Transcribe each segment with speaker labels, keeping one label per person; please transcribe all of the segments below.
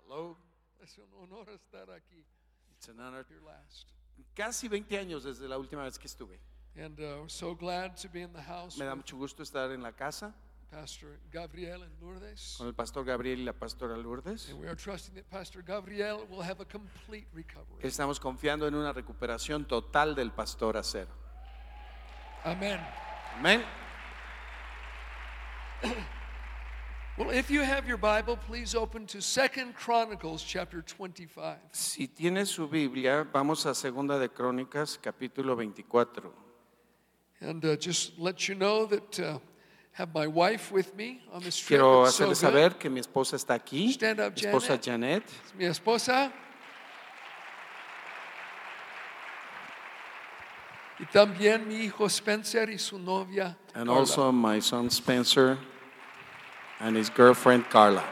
Speaker 1: Hello. Es un honor estar aquí.
Speaker 2: It's an honor.
Speaker 1: Your last.
Speaker 2: Casi 20 años desde la última vez que estuve.
Speaker 1: And uh, we're so glad to be in the house
Speaker 2: Me da
Speaker 1: with
Speaker 2: mucho gusto estar en la casa
Speaker 1: Pastor Gabriel and Lourdes.
Speaker 2: con el pastor Gabriel y la pastora Lourdes.
Speaker 1: And we are trusting that Pastor Gabriel will have a complete recovery.
Speaker 2: Estamos confiando en una recuperación total del pastor acero.
Speaker 1: Amen.
Speaker 2: Amén.
Speaker 1: Well, if you have your Bible, please open to 2nd Chronicles chapter 25.
Speaker 2: Si tiene su Biblia, vamos a Segunda de Crónicas, capítulo 24.
Speaker 1: And uh, just let you know that uh, have my wife with me on this trip.
Speaker 2: Quiero
Speaker 1: It's so
Speaker 2: hacerles
Speaker 1: good.
Speaker 2: saber que mi esposa está aquí,
Speaker 1: Stand up,
Speaker 2: mi esposa Janet.
Speaker 1: Es mi esposa. Y también mi hijo Spencer y su novia.
Speaker 2: And
Speaker 1: Carla.
Speaker 2: also my son Spencer and his girlfriend Carla.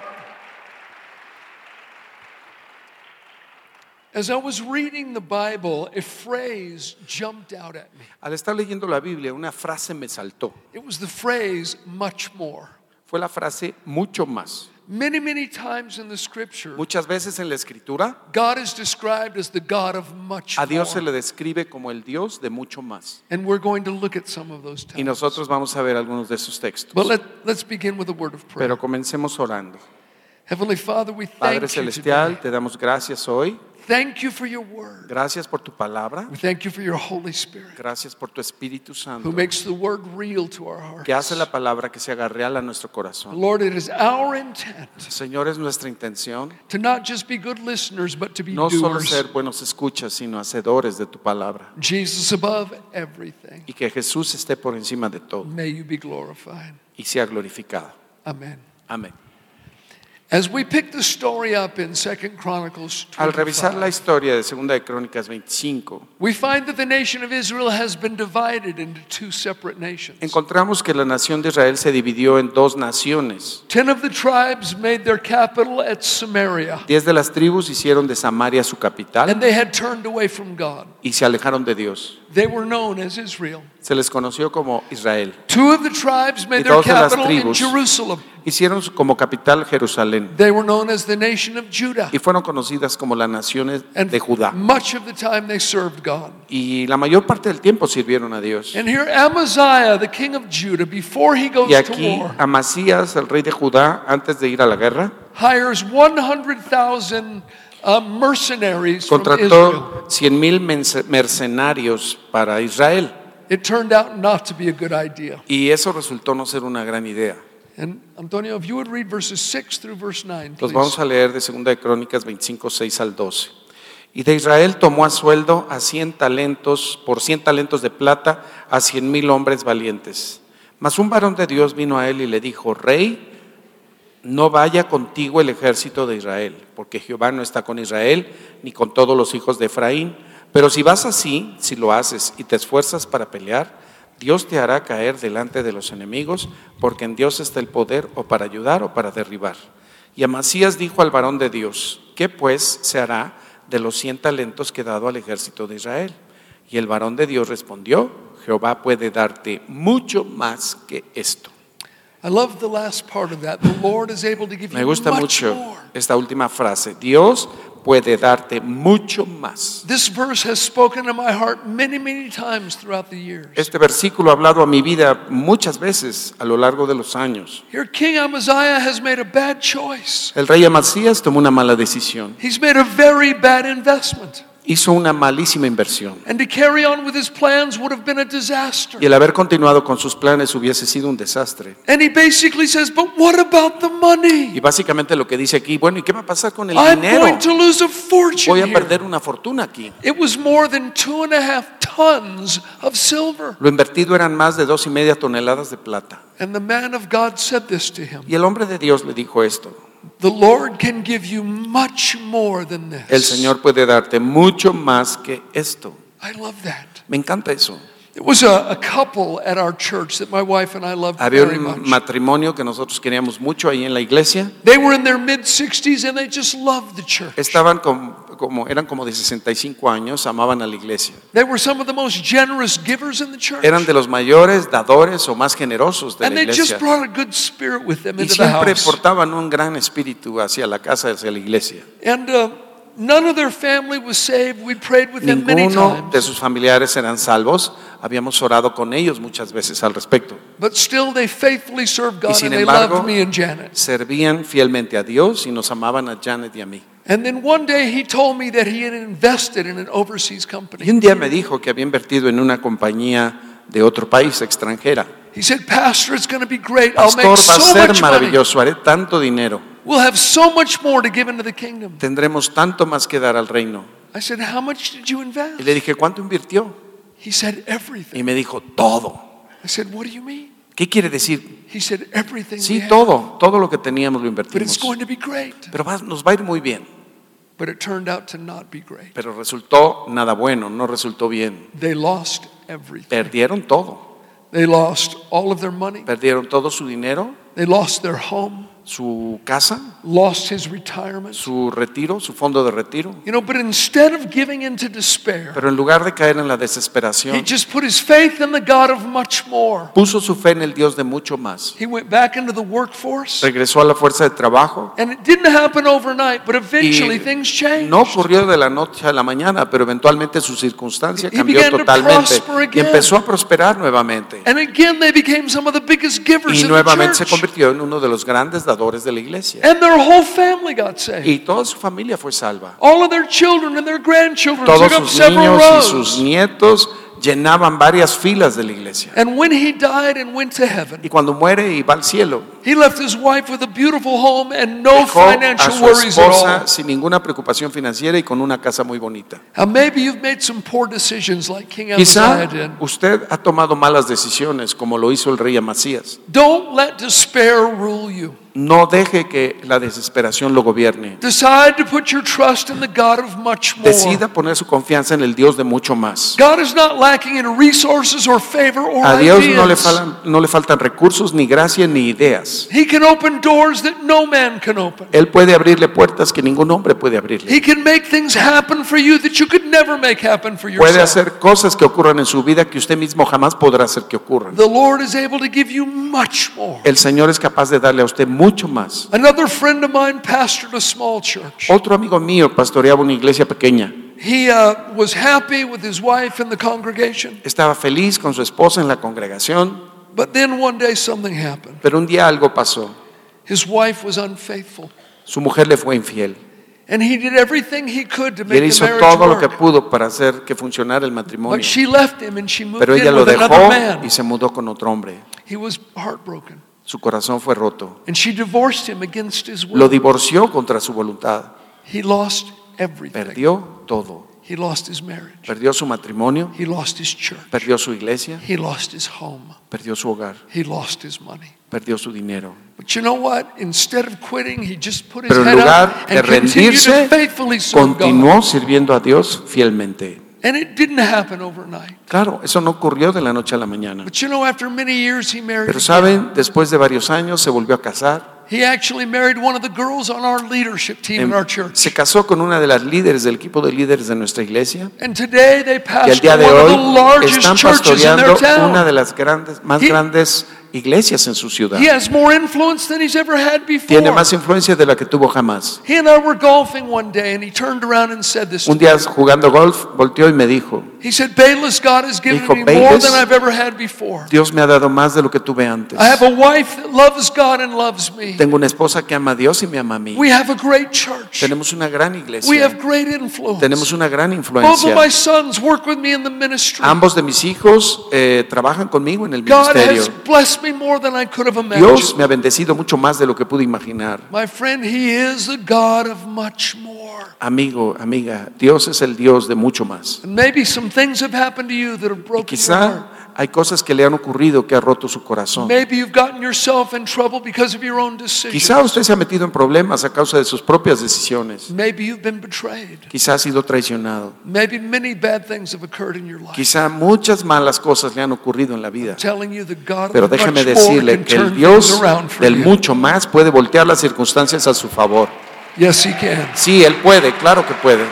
Speaker 1: As I was reading the Bible, a phrase jumped out at me.
Speaker 2: Al estar leyendo la Biblia, una frase me saltó.
Speaker 1: It was the phrase much more.
Speaker 2: Fue la frase mucho más.
Speaker 1: Many, many times in the scripture,
Speaker 2: Muchas veces en la escritura,
Speaker 1: God is described as the God of much
Speaker 2: a Dios se
Speaker 1: more.
Speaker 2: le describe como el Dios de mucho más.
Speaker 1: And we're going to look at some of those
Speaker 2: Y
Speaker 1: times.
Speaker 2: nosotros vamos a ver algunos de sus textos.
Speaker 1: But let, let's begin with a word of prayer.
Speaker 2: Pero comencemos orando.
Speaker 1: Heavenly Father, we
Speaker 2: Padre
Speaker 1: thank you today.
Speaker 2: Celestial, te damos gracias hoy.
Speaker 1: Thank you for your word.
Speaker 2: Gracias por tu palabra.
Speaker 1: We thank you for your Holy Spirit
Speaker 2: Gracias por tu Espíritu Santo
Speaker 1: who makes the word real to our
Speaker 2: que hace
Speaker 1: hearts.
Speaker 2: la palabra que se haga real a nuestro corazón.
Speaker 1: Lord, it is our intent
Speaker 2: Señor, es nuestra intención
Speaker 1: to not just be good listeners, but to be
Speaker 2: no solo
Speaker 1: doers.
Speaker 2: ser buenos escuchas, sino hacedores de tu palabra.
Speaker 1: Jesus above everything.
Speaker 2: Y que Jesús esté por encima de todo
Speaker 1: May you be glorified.
Speaker 2: y sea glorificado.
Speaker 1: Amen.
Speaker 2: Amén.
Speaker 1: As we pick the story up in 2nd Chronicles
Speaker 2: Al revisar la
Speaker 1: 25,
Speaker 2: historia de Segunda de Crónicas 25,
Speaker 1: we find that the nation of Israel has been divided into two separate nations.
Speaker 2: encontramos que la nación de Israel se dividió en dos naciones.
Speaker 1: Ten of the tribes made their capital at Samaria,
Speaker 2: Diez de las tribus hicieron de Samaria su
Speaker 1: and
Speaker 2: capital
Speaker 1: they had turned away from God.
Speaker 2: y se alejaron de Dios.
Speaker 1: They were known as Israel.
Speaker 2: Se les conoció como Israel.
Speaker 1: Two of the tribes made
Speaker 2: Y
Speaker 1: their
Speaker 2: dos de las
Speaker 1: capital in
Speaker 2: tribus.
Speaker 1: Jerusalem.
Speaker 2: Hicieron su- como capital Jerusalén
Speaker 1: They were known as the nation of Judah.
Speaker 2: y fueron conocidas como las naciones
Speaker 1: And
Speaker 2: de Judá.
Speaker 1: much of the time they served God.
Speaker 2: Y la mayor parte del tiempo sirvieron a Dios.
Speaker 1: And here Amaziah, the king of Judah, before he goes
Speaker 2: Y
Speaker 1: to
Speaker 2: aquí
Speaker 1: war,
Speaker 2: Amasías, el rey de Judá, antes de ir a la guerra,
Speaker 1: hires 100,000 uh, mercenaries from Israel.
Speaker 2: contrató 100.000 mence- mercenarios para Israel.
Speaker 1: It turned out not to be a good idea.
Speaker 2: Y eso resultó no ser una gran idea.
Speaker 1: And Antonio, if you would read verses 6 through verse 9,
Speaker 2: Los
Speaker 1: please.
Speaker 2: vamos a leer de 2 de Crónicas 25, 6 al 12. Y de Israel tomó a sueldo a 100 talentos, por 100 talentos de plata, a 100 mil hombres valientes. Mas un varón de Dios vino a él y le dijo, Rey, no vaya contigo el ejército de Israel, porque Jehová no está con Israel ni con todos los hijos de Efraín. Pero si vas así, si lo haces y te esfuerzas para pelear, Dios te hará caer delante de los enemigos, porque en Dios está el poder o para ayudar o para derribar. Y Amasías dijo al varón de Dios, ¿qué pues se hará de los cien talentos que he dado al ejército de Israel? Y el varón de Dios respondió, Jehová puede darte mucho más que esto.
Speaker 1: I love the last part of that. The Lord is able to give
Speaker 2: Me
Speaker 1: you
Speaker 2: gusta
Speaker 1: much
Speaker 2: mucho
Speaker 1: more.
Speaker 2: esta última frase. Dios puede darte mucho más.
Speaker 1: This verse has spoken to my heart many, many times throughout the years.
Speaker 2: Este versículo ha hablado a mi vida muchas veces a lo largo de los años.
Speaker 1: Here, King Amaziah has made a bad choice.
Speaker 2: El rey Amasías tomó una mala decisión.
Speaker 1: He's made a very bad investment.
Speaker 2: Hizo una malísima inversión.
Speaker 1: And to carry on with his plans would have been a disaster.
Speaker 2: Y el haber continuado con sus planes hubiese sido un desastre.
Speaker 1: And he basically says, But what about the money?
Speaker 2: Y básicamente lo que dice aquí, bueno, ¿y qué va a pasar con el
Speaker 1: I'm
Speaker 2: dinero?
Speaker 1: going to lose a fortune.
Speaker 2: Voy a
Speaker 1: here."
Speaker 2: perder una fortuna aquí.
Speaker 1: It was more than two and a half tons of silver.
Speaker 2: Lo invertido eran más de dos y media toneladas de plata.
Speaker 1: And the man of God said this to him
Speaker 2: Y el hombre de Dios le dijo esto.
Speaker 1: The Lord can give you much more than this.
Speaker 2: El Señor puede darte mucho más que esto.
Speaker 1: I love that.
Speaker 2: Me encanta eso.
Speaker 1: It was a, a couple at our church that my wife and I loved
Speaker 2: Había
Speaker 1: very
Speaker 2: un
Speaker 1: much.
Speaker 2: matrimonio que nosotros queríamos mucho ahí en la iglesia.
Speaker 1: They were in their mid 60s and they just loved the church.
Speaker 2: Estaban con- como, eran como de 65 años, amaban a la iglesia.
Speaker 1: They were some of the most generous givers in the church.
Speaker 2: Eran de los mayores dadores o más generosos de
Speaker 1: and
Speaker 2: la
Speaker 1: they
Speaker 2: iglesia.
Speaker 1: just brought a good spirit with them
Speaker 2: Y
Speaker 1: into the
Speaker 2: siempre
Speaker 1: house.
Speaker 2: portaban un gran espíritu hacia la casa, hacia la iglesia.
Speaker 1: And uh, none of their family was saved. We prayed with them many
Speaker 2: Ninguno
Speaker 1: times.
Speaker 2: de sus familiares eran salvos. Habíamos orado con ellos muchas veces al respecto.
Speaker 1: But still, they faithfully served God
Speaker 2: sin
Speaker 1: and they
Speaker 2: embargo-
Speaker 1: loved me and Janet.
Speaker 2: Servían fielmente a Dios y nos amaban a Janet y a mí.
Speaker 1: And then one day he told me that he had invested in an overseas
Speaker 2: Y
Speaker 1: company.
Speaker 2: un día me dijo que había invertido en una compañía de otro país extranjera.
Speaker 1: He said, Pastor, it's going to be great. I'll
Speaker 2: Pastor,
Speaker 1: make
Speaker 2: va a
Speaker 1: so
Speaker 2: ser
Speaker 1: much money.
Speaker 2: maravilloso, haré tanto dinero,
Speaker 1: We'll have so much more to give into the kingdom.
Speaker 2: tendremos tanto más que dar al reino.
Speaker 1: I said, How much did you
Speaker 2: Y
Speaker 1: invest?
Speaker 2: le dije, ¿cuánto invirtió?
Speaker 1: He said, Everything.
Speaker 2: Y me dijo, todo.
Speaker 1: I said, What do you mean?
Speaker 2: ¿Qué quiere decir?
Speaker 1: He said, Everything. we
Speaker 2: Sí,
Speaker 1: have,
Speaker 2: todo, todo lo que teníamos lo
Speaker 1: But it's
Speaker 2: invertimos.
Speaker 1: going to be great.
Speaker 2: Pero va- nos va a ir muy bien.
Speaker 1: But it turned out to not be great.
Speaker 2: Pero resultó nada bueno, no resultó bien.
Speaker 1: They lost everything.
Speaker 2: Perdieron todo.
Speaker 1: They lost all of their money.
Speaker 2: Perdieron todo su dinero,
Speaker 1: They lost their home,
Speaker 2: su casa,
Speaker 1: lost his retirement.
Speaker 2: su retiro, su fondo de retiro.
Speaker 1: You know, but instead of giving into despair,
Speaker 2: Pero en lugar de caer en la
Speaker 1: he
Speaker 2: desesperación,
Speaker 1: just put his faith in the God of much more.
Speaker 2: puso su fe en el Dios de mucho más.
Speaker 1: He went back into the workforce.
Speaker 2: Regresó a la fuerza de trabajo.
Speaker 1: And it didn't happen overnight, but eventually
Speaker 2: Y
Speaker 1: things changed.
Speaker 2: No ocurrió de la noche a la mañana, pero eventualmente su circunstancia
Speaker 1: He
Speaker 2: cambió
Speaker 1: began to
Speaker 2: totalmente
Speaker 1: prosper
Speaker 2: y
Speaker 1: again.
Speaker 2: empezó a prosperar nuevamente.
Speaker 1: And again, they became some of the biggest givers
Speaker 2: Y
Speaker 1: in the
Speaker 2: nuevamente se
Speaker 1: church.
Speaker 2: convirtió en uno de los grandes dadores de la iglesia.
Speaker 1: And their whole family got saved.
Speaker 2: Y toda su familia fue salva.
Speaker 1: All of their children and their grandchildren
Speaker 2: Todos
Speaker 1: took up
Speaker 2: sus
Speaker 1: several
Speaker 2: niños y sus
Speaker 1: rows.
Speaker 2: nietos llenaban varias filas de la iglesia.
Speaker 1: And when he died and went to heaven,
Speaker 2: Y cuando muere y va al cielo,
Speaker 1: He left his wife with a beautiful home and no
Speaker 2: dejó a
Speaker 1: financial
Speaker 2: su
Speaker 1: worries at
Speaker 2: esposa
Speaker 1: all.
Speaker 2: sin ninguna preocupación financiera y con una casa muy bonita.
Speaker 1: Now, maybe you've made some poor decisions like King Amaziah did.
Speaker 2: Quizá usted ha tomado malas decisiones como lo hizo el rey Amasías.
Speaker 1: Don't let despair rule you.
Speaker 2: No deje que la desesperación lo gobierne.
Speaker 1: Decide to put your trust in the God of much more.
Speaker 2: Decida poner su confianza en el Dios de mucho más.
Speaker 1: God is not lacking in resources or favor or
Speaker 2: A Dios no le,
Speaker 1: ideas.
Speaker 2: falan- no le faltan recursos, ni gracia, ni ideas.
Speaker 1: He can open doors that no man can open.
Speaker 2: Él puede abrirle puertas que ningún hombre puede abrirle.
Speaker 1: He can make things happen for you that you could never make happen for
Speaker 2: Puede
Speaker 1: yourself.
Speaker 2: hacer cosas que ocurran en su vida que usted mismo jamás podrá hacer que ocurran.
Speaker 1: The Lord is able to give you much more.
Speaker 2: El Señor es capaz de darle a usted mucho más.
Speaker 1: Another friend of mine pastored a small church.
Speaker 2: Otro amigo mío pastoreaba una iglesia pequeña.
Speaker 1: He uh, was happy with his wife and the congregation,
Speaker 2: Estaba feliz con su esposa en la congregación,
Speaker 1: but then one day something happened.
Speaker 2: pero un día algo pasó.
Speaker 1: His wife was unfaithful,
Speaker 2: Su mujer le fue infiel.
Speaker 1: and he did everything he could to
Speaker 2: Y
Speaker 1: make
Speaker 2: él hizo
Speaker 1: the marriage
Speaker 2: todo lo que
Speaker 1: work.
Speaker 2: pudo para hacer que funcionara el
Speaker 1: But
Speaker 2: matrimonio.
Speaker 1: she left him, and she moved
Speaker 2: Pero ella
Speaker 1: in
Speaker 2: lo
Speaker 1: with another
Speaker 2: dejó y
Speaker 1: man.
Speaker 2: se mudó con otro hombre.
Speaker 1: He was heartbroken,
Speaker 2: Su corazón fue roto.
Speaker 1: and she divorced him against his
Speaker 2: Lo
Speaker 1: will.
Speaker 2: divorció contra su voluntad.
Speaker 1: He lost everything.
Speaker 2: Perdió todo.
Speaker 1: He lost his marriage.
Speaker 2: Perdió su matrimonio,
Speaker 1: He lost his church.
Speaker 2: perdió su iglesia,
Speaker 1: He lost his home.
Speaker 2: perdió su hogar,
Speaker 1: He lost his money.
Speaker 2: perdió su dinero.
Speaker 1: But you know what? Instead of quitting, he just put his
Speaker 2: Pero en
Speaker 1: head
Speaker 2: lugar
Speaker 1: up
Speaker 2: de
Speaker 1: and continued to
Speaker 2: rendirse,
Speaker 1: faithfully serve God.
Speaker 2: continuó sirviendo a Dios fielmente.
Speaker 1: And it didn't happen overnight.
Speaker 2: Claro, eso no ocurrió de la noche a la mañana.
Speaker 1: But you know, after many years, he married.
Speaker 2: Pero
Speaker 1: again.
Speaker 2: saben, después de varios años se volvió a casar.
Speaker 1: He actually married one of the girls on our leadership team in
Speaker 2: Em,
Speaker 1: our church.
Speaker 2: Se casó con una de las líderes del equipo de líderes de nuestra iglesia.
Speaker 1: And today they
Speaker 2: Y al
Speaker 1: pastor
Speaker 2: día
Speaker 1: one
Speaker 2: de
Speaker 1: of the
Speaker 2: hoy
Speaker 1: largest
Speaker 2: están
Speaker 1: churches in
Speaker 2: pastoreando
Speaker 1: their
Speaker 2: una
Speaker 1: town.
Speaker 2: de las grandes, más
Speaker 1: He-
Speaker 2: grandes iglesias en su ciudad.
Speaker 1: He has more influence than he's ever had before.
Speaker 2: Tiene más influencia de la que tuvo jamás.
Speaker 1: He and I were golfing one day, and he turned around and said this. to
Speaker 2: Un
Speaker 1: me.
Speaker 2: día jugando golf, volteó y me dijo,
Speaker 1: He said, "Bayless, God has given
Speaker 2: Dijo,
Speaker 1: me more
Speaker 2: "Bayless,
Speaker 1: than I've ever had before.
Speaker 2: Dios me ha dado más de lo que tuve antes.
Speaker 1: I have a wife that loves God and loves me.
Speaker 2: Tengo una esposa que ama a Dios y me ama a mí.
Speaker 1: We have a great church.
Speaker 2: Tenemos una gran
Speaker 1: We have
Speaker 2: iglesia.
Speaker 1: great influence.
Speaker 2: Tenemos una gran
Speaker 1: Both of
Speaker 2: influencia.
Speaker 1: my sons work with me in the ministry.
Speaker 2: Ambos de mis hijos eh, trabajan conmigo en el
Speaker 1: God has
Speaker 2: ministerio.
Speaker 1: blessed me more than I could have
Speaker 2: Dios
Speaker 1: imagined.
Speaker 2: me ha bendecido mucho más de lo que pude imaginar.
Speaker 1: My friend, He is the God of much more.
Speaker 2: Amigo, amiga, Dios es el Dios de mucho más.
Speaker 1: And maybe some things have happened to you that have broken
Speaker 2: Y
Speaker 1: your heart.
Speaker 2: quizá hay cosas que le han ocurrido que ha roto su corazón.
Speaker 1: Maybe you've gotten yourself in trouble because of your own decisions.
Speaker 2: Quizá usted se ha metido en problemas a causa de sus propias decisiones.
Speaker 1: Maybe you've been betrayed.
Speaker 2: Quizá ha sido traicionado.
Speaker 1: Maybe many bad things have occurred in your life.
Speaker 2: Quizá muchas malas cosas le han ocurrido en la vida.
Speaker 1: Telling you the God
Speaker 2: Pero
Speaker 1: of much
Speaker 2: déjeme
Speaker 1: more
Speaker 2: decirle
Speaker 1: can
Speaker 2: que el
Speaker 1: turn things
Speaker 2: Dios
Speaker 1: around for
Speaker 2: del
Speaker 1: you.
Speaker 2: mucho más puede voltear las circunstancias a su favor.
Speaker 1: Yes, He can.
Speaker 2: Sí, Él puede, claro que puede.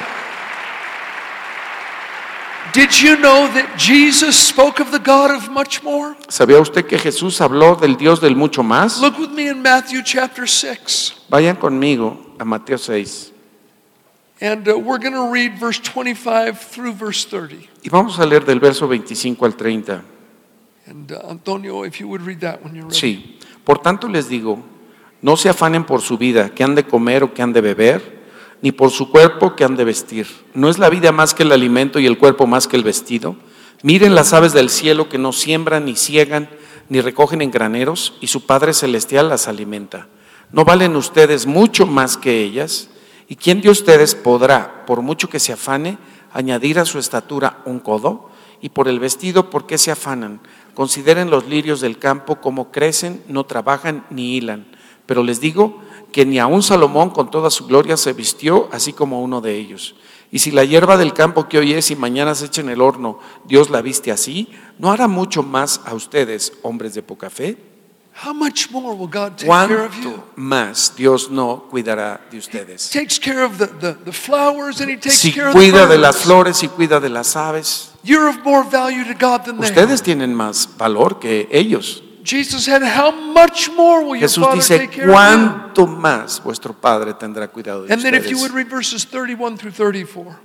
Speaker 1: Did you know that Jesus spoke of the God of much more?
Speaker 2: ¿Sabía usted que Jesús habló del Dios del mucho más?
Speaker 1: Look with me in Matthew chapter 6.
Speaker 2: Vayan conmigo a Mateo 6
Speaker 1: And uh, we're going to read verse 25 through verse 30.
Speaker 2: y vamos a leer del verso 25 al 30.
Speaker 1: And uh, Antonio, if you would read that when you're ready.
Speaker 2: Sí. Por tanto les digo, no se afanen por su vida, que han de comer o que han de beber, ni por su cuerpo que han de vestir. ¿No es la vida más que el alimento y el cuerpo más que el vestido? Miren las aves del cielo que no siembran, ni ciegan, ni recogen en graneros, y su Padre Celestial las alimenta. ¿No valen ustedes mucho más que ellas? ¿Y quién de ustedes podrá, por mucho que se afane, añadir a su estatura un codo? ¿Y por el vestido por qué se afanan? Consideren los lirios del campo como crecen, no trabajan ni hilan. Pero les digo que ni aun Salomón con toda su gloria se vistió así como uno de ellos. Y si la hierba del campo que hoy es y mañana se echa en el horno, Dios la viste así, ¿no hará mucho más a ustedes, hombres de poca fe?
Speaker 1: How much more will God take care of you?
Speaker 2: ¿Cuánto más Dios no cuidará de ustedes?
Speaker 1: takes care of the, the, the flowers and he takes
Speaker 2: si
Speaker 1: care
Speaker 2: cuida
Speaker 1: of the
Speaker 2: de las
Speaker 1: birds.
Speaker 2: flores y cuida de las aves,
Speaker 1: You're of more value to God than they.
Speaker 2: ustedes tienen más valor que ellos.
Speaker 1: Jesus said, How much more will your
Speaker 2: Jesús
Speaker 1: Father
Speaker 2: dice,
Speaker 1: take care of
Speaker 2: ¿cuánto más vuestro Padre tendrá cuidado
Speaker 1: you?
Speaker 2: de
Speaker 1: And then if you would
Speaker 2: ustedes?
Speaker 1: read verses 31 through 34.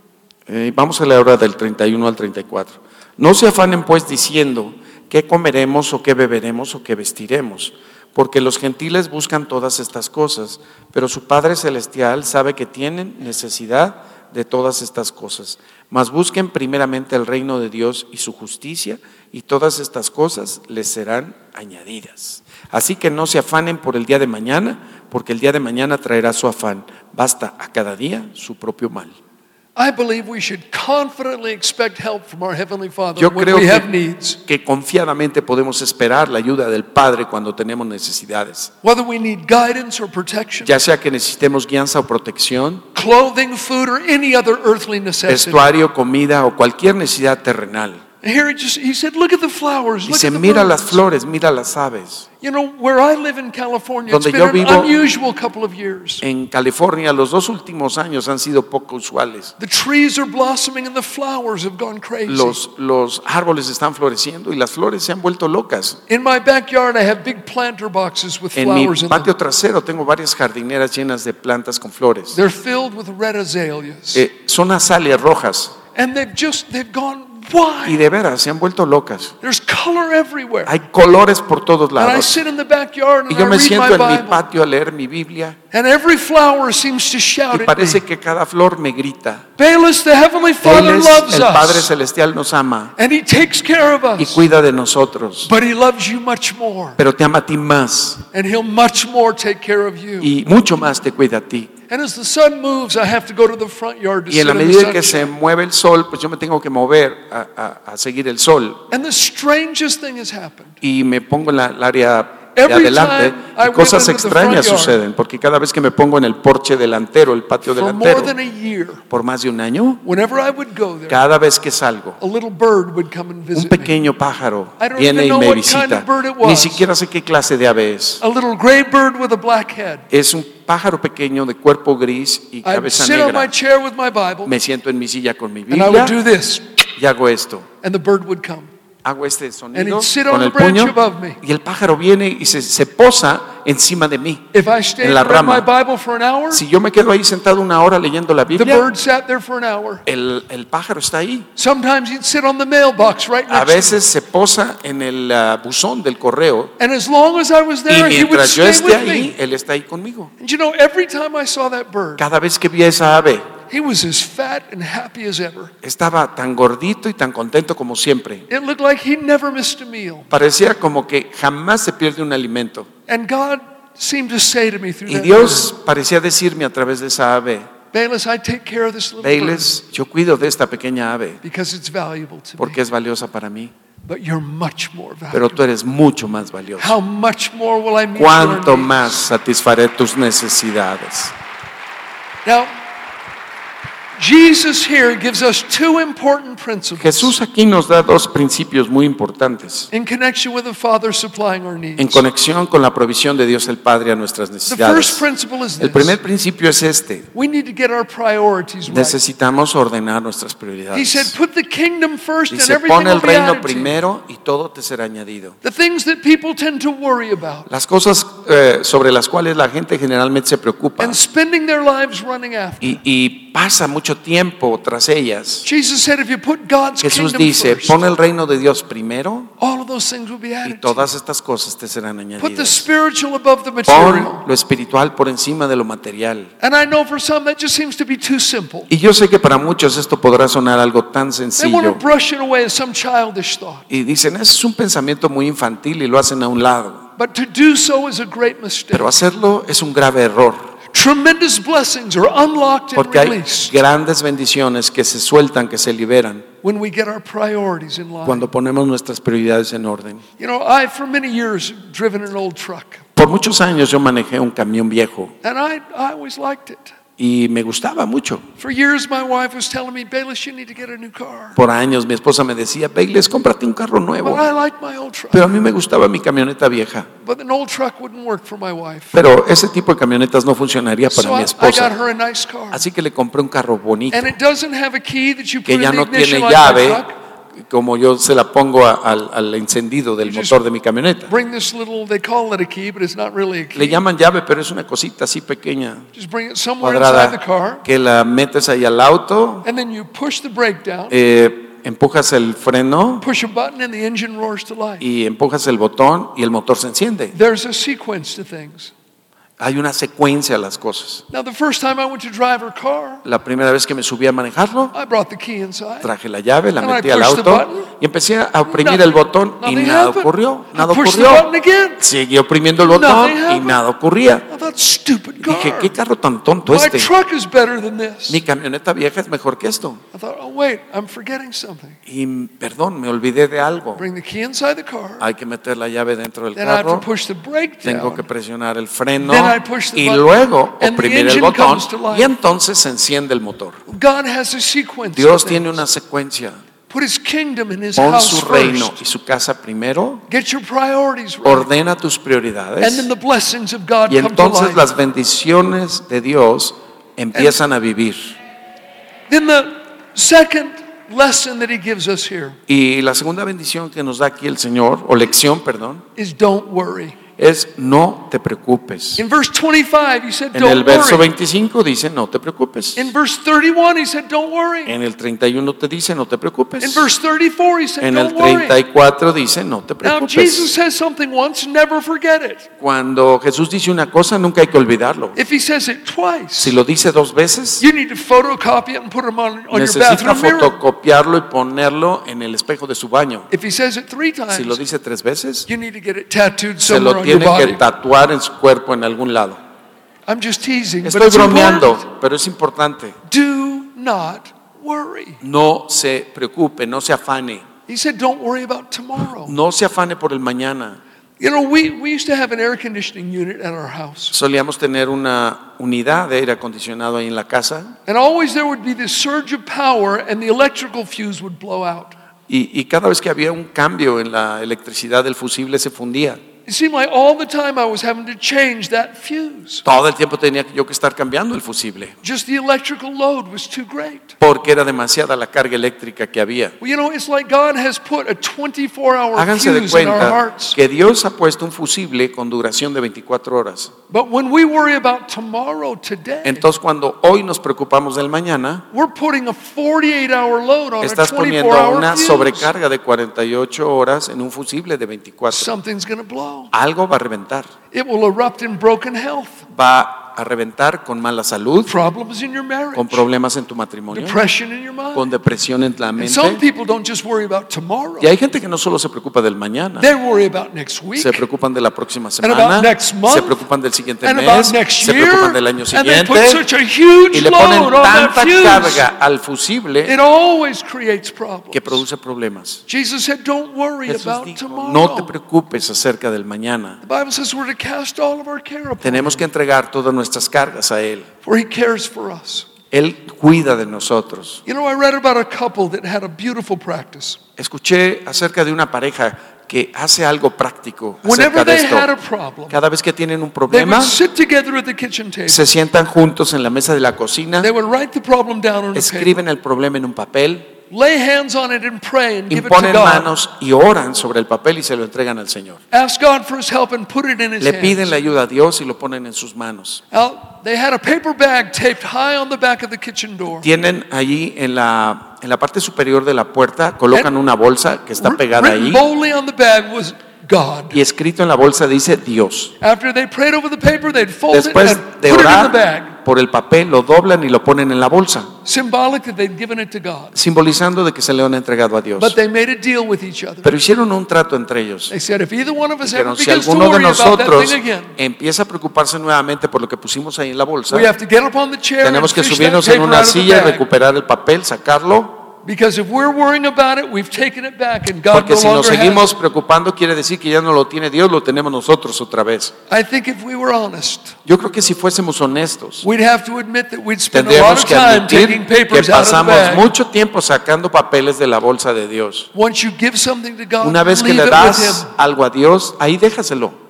Speaker 2: Eh, vamos a leer ahora del 31 al 34. No se afanen pues diciendo, ¿qué comeremos o qué beberemos o qué vestiremos? Porque los gentiles buscan todas estas cosas, pero su Padre Celestial sabe que tienen necesidad de todas estas cosas. Mas busquen primeramente el reino de Dios y su justicia, y todas estas cosas les serán añadidas. Así que no se afanen por el día de mañana, porque el día de mañana traerá su afán. Basta a cada día su propio mal.
Speaker 1: I believe we should confidently expect help from our Heavenly Father
Speaker 2: Yo
Speaker 1: when
Speaker 2: creo
Speaker 1: we have
Speaker 2: que,
Speaker 1: needs,
Speaker 2: que confiadamente podemos esperar la ayuda del Padre cuando tenemos necesidades,
Speaker 1: whether we need guidance or protection,
Speaker 2: ya sea que necesitemos guianza o protección,
Speaker 1: clothing, food, or any other earthly necessity.
Speaker 2: vestuario, comida o cualquier necesidad terrenal.
Speaker 1: Here he, just, he said, Look at the flowers. Look
Speaker 2: Dice,
Speaker 1: at the
Speaker 2: mira
Speaker 1: birds."
Speaker 2: las flores, mira las aves.
Speaker 1: You know, where I live in California, it's
Speaker 2: Donde
Speaker 1: been
Speaker 2: yo
Speaker 1: an
Speaker 2: vivo- eh,
Speaker 1: unusual couple of years.
Speaker 2: En California los dos últimos años han sido poco usuales.
Speaker 1: The trees are blossoming and the flowers have gone crazy.
Speaker 2: Los, los árboles están floreciendo y las flores se han vuelto locas.
Speaker 1: in my backyard, I have big planter boxes with
Speaker 2: En mi
Speaker 1: flowers in them.
Speaker 2: patio trasero tengo varias jardineras llenas de plantas con flores.
Speaker 1: They're filled with red azaleas,
Speaker 2: Eh, son azaleas rojas
Speaker 1: and they've just they've gone
Speaker 2: y
Speaker 1: wide.
Speaker 2: de veras se han vuelto locas.
Speaker 1: There's color everywhere.
Speaker 2: Hay colores por todos
Speaker 1: and I
Speaker 2: lados.
Speaker 1: sit in the backyard and
Speaker 2: Y
Speaker 1: I
Speaker 2: yo me
Speaker 1: read
Speaker 2: siento
Speaker 1: my
Speaker 2: en mi
Speaker 1: Bible,
Speaker 2: patio a leer mi Biblia
Speaker 1: and every flower seems to
Speaker 2: y
Speaker 1: shout at me.
Speaker 2: parece que cada flor me grita.
Speaker 1: Bayless, the heavenly
Speaker 2: Él
Speaker 1: Father
Speaker 2: es,
Speaker 1: loves
Speaker 2: el Padre
Speaker 1: us,
Speaker 2: Celestial nos ama
Speaker 1: and He takes care of
Speaker 2: y
Speaker 1: us.
Speaker 2: cuida de nosotros,
Speaker 1: But He loves you much more,
Speaker 2: pero te ama a ti más
Speaker 1: and He'll much more take care of you.
Speaker 2: y mucho más te cuida a ti.
Speaker 1: And as the sun moves, I have to go to the front yard to
Speaker 2: Y
Speaker 1: sit
Speaker 2: en la
Speaker 1: in the
Speaker 2: medida que
Speaker 1: sunshine.
Speaker 2: se mueve el sol, pues yo me tengo que mover a, a- a seguir el sol
Speaker 1: And the strangest thing has happened.
Speaker 2: y me pongo en la, el área de
Speaker 1: Every
Speaker 2: adelante.
Speaker 1: time I
Speaker 2: y
Speaker 1: went
Speaker 2: cosas
Speaker 1: into the
Speaker 2: extrañas
Speaker 1: front yard-
Speaker 2: suceden, porque cada vez que me pongo en el porche delantero, el patio
Speaker 1: For more
Speaker 2: delantero,
Speaker 1: than a year,
Speaker 2: por más de un año,
Speaker 1: whenever I would go there,
Speaker 2: cada vez que salgo,
Speaker 1: a little bird would come and
Speaker 2: Un
Speaker 1: visit me.
Speaker 2: pequeño pájaro
Speaker 1: I don't even
Speaker 2: viene y
Speaker 1: know
Speaker 2: me
Speaker 1: what kind
Speaker 2: visita.
Speaker 1: of bird it
Speaker 2: Ni
Speaker 1: was.
Speaker 2: siquiera sé qué clase de ave es.
Speaker 1: A little gray bird with a black head.
Speaker 2: Es un pájaro pequeño de cuerpo gris y
Speaker 1: I'd
Speaker 2: cabeza
Speaker 1: sit on my
Speaker 2: negra.
Speaker 1: chair with my Bible,
Speaker 2: Me siento en mi silla con mi
Speaker 1: and I would
Speaker 2: Biblia
Speaker 1: do this,
Speaker 2: y hago esto.
Speaker 1: and the bird would come.
Speaker 2: Hago este
Speaker 1: And
Speaker 2: sonido
Speaker 1: it'd sit
Speaker 2: con
Speaker 1: on
Speaker 2: el
Speaker 1: the branch
Speaker 2: puño
Speaker 1: above me.
Speaker 2: y el pájaro viene y se, se posa encima de mí.
Speaker 1: If I stayed
Speaker 2: En la
Speaker 1: and read
Speaker 2: rama.
Speaker 1: my Bible for an hour,
Speaker 2: Si yo me quedo ahí sentado una hora leyendo la
Speaker 1: the
Speaker 2: Biblia,
Speaker 1: bird sat there for an hour.
Speaker 2: el, el pájaro está ahí.
Speaker 1: Sometimes he'd sit on the mailbox right next to
Speaker 2: A
Speaker 1: me.
Speaker 2: veces se posa en el ah, buzón del correo
Speaker 1: And as long as I was
Speaker 2: y
Speaker 1: there, he would
Speaker 2: mientras yo
Speaker 1: stay
Speaker 2: esté
Speaker 1: with me.
Speaker 2: ahí, él está ahí conmigo.
Speaker 1: And you know, every time I saw that bird,
Speaker 2: Cada vez que vi a esa ave,
Speaker 1: he was as fat and happy as ever.
Speaker 2: Estaba tan gordito y tan contento como siempre.
Speaker 1: It looked like he never missed a meal.
Speaker 2: Parecía como que jamás se pierde un alimento.
Speaker 1: And God seemed to say to me through
Speaker 2: Y
Speaker 1: that
Speaker 2: Dios parecía decirme a través de esa ave,
Speaker 1: word, Bayless, I take care of this little bird
Speaker 2: Bailes, yo cuido de esta pequeña ave
Speaker 1: because it's valuable to
Speaker 2: porque
Speaker 1: me.
Speaker 2: es valiosa para mí,
Speaker 1: But you're much more
Speaker 2: pero
Speaker 1: valuable.
Speaker 2: tú eres mucho más valioso.
Speaker 1: How much more will I meet your
Speaker 2: ¿Cuánto
Speaker 1: needs?
Speaker 2: más satisfaré tus necesidades?
Speaker 1: Now, Jesus here gives us two important principles
Speaker 2: Jesús aquí nos da dos principios muy importantes
Speaker 1: in connection with the Father supplying our
Speaker 2: en
Speaker 1: needs.
Speaker 2: conexión con la provisión de Dios el Padre a nuestras
Speaker 1: The first
Speaker 2: necesidades.
Speaker 1: principle is
Speaker 2: El primer
Speaker 1: this.
Speaker 2: principio es este.
Speaker 1: We need to get our priorities right.
Speaker 2: Necesitamos ordenar nuestras
Speaker 1: He said,
Speaker 2: prioridades.
Speaker 1: put the kingdom first and
Speaker 2: Dice,
Speaker 1: everything
Speaker 2: pon
Speaker 1: will
Speaker 2: el
Speaker 1: be
Speaker 2: reino
Speaker 1: added to you."
Speaker 2: primero y todo te será añadido.
Speaker 1: The things that people tend to worry about
Speaker 2: Las cosas eh, sobre las cuales la gente generalmente se preocupa
Speaker 1: and spending their lives running after.
Speaker 2: y, y pasa mucho tiempo tras ellas.
Speaker 1: Jesus said, if you put God's
Speaker 2: Jesús
Speaker 1: kingdom
Speaker 2: dice,
Speaker 1: first,
Speaker 2: pon el reino de Dios primero
Speaker 1: all of those things will be
Speaker 2: y
Speaker 1: added. to you.
Speaker 2: todas estas cosas te serán
Speaker 1: Put the
Speaker 2: añadidas.
Speaker 1: spiritual above the material.
Speaker 2: Pon lo espiritual por encima de lo material.
Speaker 1: And I know for some that just seems to be too simple.
Speaker 2: Y yo sé que para muchos esto podrá sonar algo tan
Speaker 1: They want to
Speaker 2: sencillo.
Speaker 1: brush it away as some childish thought.
Speaker 2: Y dicen, "Ese es un pensamiento muy infantil y lo hacen a un lado.
Speaker 1: But to do so is a great mistake.
Speaker 2: Pero hacerlo es un grave error,
Speaker 1: Tremendous blessings are unlocked and
Speaker 2: porque hay
Speaker 1: released
Speaker 2: grandes bendiciones que se sueltan, que se liberan,
Speaker 1: when we get our priorities in line.
Speaker 2: cuando ponemos nuestras prioridades en orden.
Speaker 1: You know, I for many years driven an old truck,
Speaker 2: Por muchos años yo manejé un camión viejo
Speaker 1: and I, I always liked it.
Speaker 2: y me gustaba mucho.
Speaker 1: For years, my wife was telling me, Bayless, you need to get a new car.
Speaker 2: Por años mi esposa me decía, Bayless, cómprate un carro nuevo.
Speaker 1: But I liked my old truck.
Speaker 2: Pero a mí me gustaba mi camioneta vieja.
Speaker 1: But an old truck wouldn't work for my wife.
Speaker 2: Pero ese tipo de camionetas no funcionaría para
Speaker 1: So
Speaker 2: mi
Speaker 1: I, I got
Speaker 2: esposa.
Speaker 1: her a nice car.
Speaker 2: Así que le compré un carro bonito,
Speaker 1: And it doesn't have a key that you put
Speaker 2: que
Speaker 1: in
Speaker 2: ya
Speaker 1: the
Speaker 2: no tiene
Speaker 1: ignition like my
Speaker 2: llave,
Speaker 1: truck.
Speaker 2: como yo se la pongo a- al, al encendido del
Speaker 1: You just-
Speaker 2: motor de mi camioneta.
Speaker 1: Bring this little, they call it a key, but it's not really a
Speaker 2: Le
Speaker 1: key.
Speaker 2: llaman llave, pero es una cosita así pequeña,
Speaker 1: Just bring it somewhere inside the
Speaker 2: cuadrada,
Speaker 1: car,
Speaker 2: que la metes ahí al auto,
Speaker 1: and then you push the brake down,
Speaker 2: eh, empujas el freno
Speaker 1: push a button, and the engine roars to life.
Speaker 2: y empujas el botón y el motor se enciende.
Speaker 1: There's a sequence to things.
Speaker 2: Hay una secuencia a las cosas.
Speaker 1: Now, the first time I went to drive her car,
Speaker 2: La primera vez que me subí a manejarlo,
Speaker 1: I brought the key inside.
Speaker 2: traje la llave, la
Speaker 1: And I
Speaker 2: metí al
Speaker 1: pushed the
Speaker 2: auto
Speaker 1: button.
Speaker 2: y empecé a oprimir el botón y
Speaker 1: Nothing
Speaker 2: nada
Speaker 1: happened.
Speaker 2: ocurrió,
Speaker 1: I
Speaker 2: nada
Speaker 1: pushed the
Speaker 2: ocurrió.
Speaker 1: button again.
Speaker 2: Seguí oprimiendo el
Speaker 1: Nothing
Speaker 2: botón y
Speaker 1: happened.
Speaker 2: nada ocurría.
Speaker 1: Oh, that stupid
Speaker 2: Y dije,
Speaker 1: car.
Speaker 2: ¿qué carro tan tonto
Speaker 1: My
Speaker 2: este?
Speaker 1: truck is better than this.
Speaker 2: Mi camioneta vieja es mejor que esto.
Speaker 1: I thought, oh, wait, I'm forgetting something.
Speaker 2: Y perdón, me olvidé de algo.
Speaker 1: Bring the key inside the car.
Speaker 2: Hay que meter la llave dentro del
Speaker 1: Then I have to
Speaker 2: carro.
Speaker 1: push the brake
Speaker 2: Tengo
Speaker 1: down.
Speaker 2: que presionar el freno
Speaker 1: Then I push the
Speaker 2: y
Speaker 1: button.
Speaker 2: luego
Speaker 1: And the
Speaker 2: oprimir el
Speaker 1: engine
Speaker 2: botón
Speaker 1: comes to life.
Speaker 2: y entonces se enciende el motor.
Speaker 1: God has a sequence.
Speaker 2: Dios
Speaker 1: to
Speaker 2: tiene
Speaker 1: things.
Speaker 2: una secuencia.
Speaker 1: Put his kingdom in his
Speaker 2: Pon
Speaker 1: house
Speaker 2: su reino
Speaker 1: first.
Speaker 2: y su casa primero.
Speaker 1: Get your priorities right.
Speaker 2: Ordena tus
Speaker 1: and then
Speaker 2: prioridades
Speaker 1: the blessings of God
Speaker 2: y
Speaker 1: come to
Speaker 2: entonces
Speaker 1: life.
Speaker 2: las bendiciones de Dios empiezan a vivir.
Speaker 1: Then the second lesson that he gives us here
Speaker 2: Y la segunda bendición que nos da aquí el Señor, o lección, perdón,
Speaker 1: is don't worry.
Speaker 2: es no te preocupes.
Speaker 1: In verse 25, he said,
Speaker 2: En el
Speaker 1: don't
Speaker 2: verso
Speaker 1: worry.
Speaker 2: 25 dice, no te preocupes.
Speaker 1: In verse 31, he said, don't worry.
Speaker 2: En el 31 te dice, no te
Speaker 1: In
Speaker 2: preocupes.
Speaker 1: verse 34, he said,
Speaker 2: En el
Speaker 1: don't worry.
Speaker 2: 34 dice, no te
Speaker 1: Now, if Jesus
Speaker 2: preocupes.
Speaker 1: says something once, never forget it.
Speaker 2: Cuando Jesús dice una cosa, nunca hay que olvidarlo.
Speaker 1: If he says it twice,
Speaker 2: Si lo dice dos veces,
Speaker 1: you need to photocopy it and put them on, on your
Speaker 2: necesita
Speaker 1: bathroom mirror.
Speaker 2: fotocopiarlo y ponerlo en el espejo de su baño.
Speaker 1: If he says it three times,
Speaker 2: Si lo dice tres veces,
Speaker 1: you need to get it tattooed
Speaker 2: se
Speaker 1: somewhere
Speaker 2: lo
Speaker 1: on your
Speaker 2: tiene que
Speaker 1: body.
Speaker 2: tatuar en su cuerpo en algún lado.
Speaker 1: I'm just teasing, but
Speaker 2: Estoy
Speaker 1: it's important.
Speaker 2: bromeando, pero es importante.
Speaker 1: Do not worry.
Speaker 2: No se preocupe, no se afane.
Speaker 1: He said, don't worry about tomorrow.
Speaker 2: No se afane por el mañana.
Speaker 1: You know, we, we used to have an air conditioning unit at our house.
Speaker 2: Solíamos tener una unidad de aire acondicionado ahí en la casa
Speaker 1: And always there would be this surge of power and the electrical fuse would blow out.
Speaker 2: y, y cada vez que había un cambio en la electricidad del fusible se fundía.
Speaker 1: It seemed like all the time I was having to change that fuse.
Speaker 2: Todo el tiempo tenía yo que estar cambiando el fusible
Speaker 1: Just the electrical load was too great.
Speaker 2: porque era demasiada la carga eléctrica que había.
Speaker 1: Well, you know, it's like God has put a 24 hour
Speaker 2: Háganse de
Speaker 1: fuse in our
Speaker 2: cuenta
Speaker 1: hearts.
Speaker 2: que Dios ha puesto un fusible con duración de 24 horas.
Speaker 1: But when we worry about tomorrow today,
Speaker 2: Entonces cuando hoy nos preocupamos del mañana,
Speaker 1: we're putting a 48 hour load on a
Speaker 2: Estás
Speaker 1: 24
Speaker 2: poniendo
Speaker 1: hour
Speaker 2: una
Speaker 1: fuse.
Speaker 2: sobrecarga de 48 horas en un fusible de 24.
Speaker 1: Something's going to blow.
Speaker 2: Algo va a reventar.
Speaker 1: It will erupt in broken health,
Speaker 2: Va a reventar con mala salud,
Speaker 1: problems in your marriage,
Speaker 2: con problemas en tu matrimonio,
Speaker 1: depression in your mind.
Speaker 2: con depresión en la
Speaker 1: And some
Speaker 2: mente.
Speaker 1: people don't just worry about tomorrow.
Speaker 2: Y hay gente que no solo se preocupa del mañana,
Speaker 1: They worry about next week.
Speaker 2: se preocupan de la próxima
Speaker 1: about
Speaker 2: semana,
Speaker 1: next month,
Speaker 2: se preocupan del siguiente
Speaker 1: And about
Speaker 2: mes,
Speaker 1: next
Speaker 2: se
Speaker 1: year,
Speaker 2: preocupan del año
Speaker 1: and they put
Speaker 2: siguiente
Speaker 1: such a huge
Speaker 2: y le ponen
Speaker 1: load on that
Speaker 2: tanta
Speaker 1: fuse.
Speaker 2: carga al fusible
Speaker 1: It always creates problems.
Speaker 2: que produce problemas.
Speaker 1: Jesus said, "Don't worry
Speaker 2: Jesús
Speaker 1: about
Speaker 2: dijo, no te
Speaker 1: tomorrow."
Speaker 2: preocupes acerca del mañana.
Speaker 1: The Bible says we're to cast all of our care upon
Speaker 2: Tenemos que entregar todas nuestras cargas a Él.
Speaker 1: Him, for He cares for us.
Speaker 2: Él cuida de nosotros.
Speaker 1: You know, I read about a couple that had a beautiful practice.
Speaker 2: Escuché acerca de una pareja que hace algo práctico
Speaker 1: Whenever
Speaker 2: acerca de
Speaker 1: they had a
Speaker 2: esto.
Speaker 1: problem,
Speaker 2: Cada vez que tienen un
Speaker 1: they
Speaker 2: problema,
Speaker 1: would sit together at the kitchen table.
Speaker 2: se sientan juntos en la mesa de la cocina,
Speaker 1: They would write the problem down on a paper,
Speaker 2: escriben el problema en un papel,
Speaker 1: lay hands on it and pray and give it to
Speaker 2: imponen
Speaker 1: God.
Speaker 2: manos y oran sobre el papel y se lo entregan al Señor.
Speaker 1: Ask God for His help and put it in His
Speaker 2: Le piden la
Speaker 1: hands.
Speaker 2: ayuda a Dios y lo ponen en sus manos.
Speaker 1: Now, they had a paper bag taped high on the back of the kitchen door.
Speaker 2: Tienen allí en la, en la parte superior de la puerta, colocan una bolsa que está
Speaker 1: Wr-
Speaker 2: pegada
Speaker 1: written
Speaker 2: ahí
Speaker 1: boldly on the bag was God.
Speaker 2: y escrito en la bolsa dice Dios.
Speaker 1: After they prayed over the paper, they'd fold it and
Speaker 2: Después de
Speaker 1: put it in the bag.
Speaker 2: orar por el papel, lo doblan y lo ponen en la bolsa,
Speaker 1: Symbolic that they'd given it to God.
Speaker 2: simbolizando de que se le han entregado a Dios.
Speaker 1: But they made a deal with each other.
Speaker 2: Pero hicieron un trato entre ellos.
Speaker 1: They said, if either one of us ever
Speaker 2: Dijeron, si
Speaker 1: begins to
Speaker 2: alguno de
Speaker 1: worry about that
Speaker 2: nosotros
Speaker 1: thing again,
Speaker 2: empieza a preocuparse nuevamente por lo que pusimos ahí en la bolsa,
Speaker 1: we have to get up on the chair and
Speaker 2: tenemos que
Speaker 1: fish that
Speaker 2: subirnos en
Speaker 1: paper
Speaker 2: una
Speaker 1: out of the
Speaker 2: silla,
Speaker 1: bag.
Speaker 2: recuperar el papel, sacarlo,
Speaker 1: Because if we're worrying about it, we've taken it back and God
Speaker 2: porque
Speaker 1: no
Speaker 2: si nos
Speaker 1: longer has
Speaker 2: seguimos preocupando quiere decir que ya no lo tiene Dios, lo tenemos nosotros otra vez.
Speaker 1: it. I think if we were honest,
Speaker 2: Yo creo que si fuésemos honestos,
Speaker 1: we'd have to admit that we'd spend a lot
Speaker 2: tendríamos
Speaker 1: of
Speaker 2: que
Speaker 1: time
Speaker 2: admitir
Speaker 1: taking
Speaker 2: que
Speaker 1: papers out of the
Speaker 2: pasamos
Speaker 1: bag.
Speaker 2: mucho tiempo sacando papeles de la bolsa de Dios.
Speaker 1: Once you give something to God,
Speaker 2: Una vez que
Speaker 1: leave
Speaker 2: le
Speaker 1: it with
Speaker 2: das
Speaker 1: Him.
Speaker 2: algo a Dios, ahí déjaselo.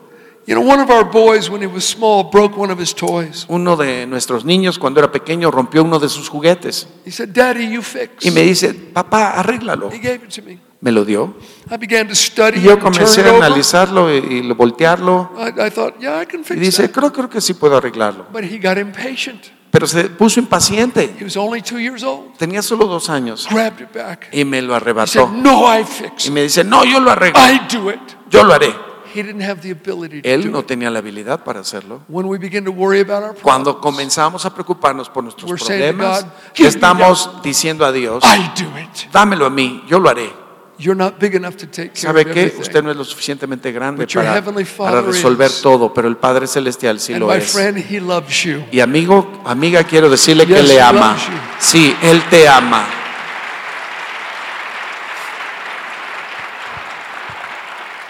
Speaker 1: You know, one of our boys, when he was small, broke one of his toys.
Speaker 2: Uno de nuestros niños cuando era pequeño rompió uno de sus juguetes
Speaker 1: He said, Daddy, you fix.
Speaker 2: y me dice, papá, arréglalo.
Speaker 1: He gave it to me.
Speaker 2: Me lo dio.
Speaker 1: I began to study
Speaker 2: Y
Speaker 1: it,
Speaker 2: yo
Speaker 1: turn
Speaker 2: comencé
Speaker 1: it
Speaker 2: a
Speaker 1: over.
Speaker 2: analizarlo y, y lo- voltearlo
Speaker 1: I, I thought, yeah, I can
Speaker 2: y
Speaker 1: fix
Speaker 2: dice,
Speaker 1: that.
Speaker 2: creo, creo que sí puedo arreglarlo.
Speaker 1: But he got impatient.
Speaker 2: Pero se puso impaciente.
Speaker 1: He was only two years old.
Speaker 2: Tenía solo dos años
Speaker 1: Grabbed it back.
Speaker 2: y me lo
Speaker 1: He said,
Speaker 2: arrebató.
Speaker 1: No, I fix.
Speaker 2: Y
Speaker 1: it.
Speaker 2: me dice, no, yo lo arreglo,
Speaker 1: I do it.
Speaker 2: yo lo haré.
Speaker 1: He didn't have the ability to
Speaker 2: Él
Speaker 1: do
Speaker 2: no
Speaker 1: it.
Speaker 2: tenía la habilidad para hacerlo.
Speaker 1: When we begin to worry about our problems,
Speaker 2: Cuando comenzamos a preocuparnos por nuestros
Speaker 1: We're saying to
Speaker 2: problemas,
Speaker 1: God,
Speaker 2: le
Speaker 1: "Give me
Speaker 2: estamos diciendo a Dios,
Speaker 1: I do it.
Speaker 2: dámelo a mí, yo lo haré.
Speaker 1: You're not big enough to take care
Speaker 2: ¿Sabe
Speaker 1: of
Speaker 2: qué?
Speaker 1: everything.
Speaker 2: Usted no es lo suficientemente grande
Speaker 1: But your
Speaker 2: para,
Speaker 1: heavenly
Speaker 2: para
Speaker 1: Father
Speaker 2: resolver
Speaker 1: is.
Speaker 2: todo, pero el Padre Celestial sí
Speaker 1: and
Speaker 2: lo
Speaker 1: my
Speaker 2: es.
Speaker 1: friend, he loves you.
Speaker 2: Y amigo, amiga, quiero decirle que
Speaker 1: Yes,
Speaker 2: le
Speaker 1: he
Speaker 2: ama.
Speaker 1: loves you.
Speaker 2: Sí, Él te ama.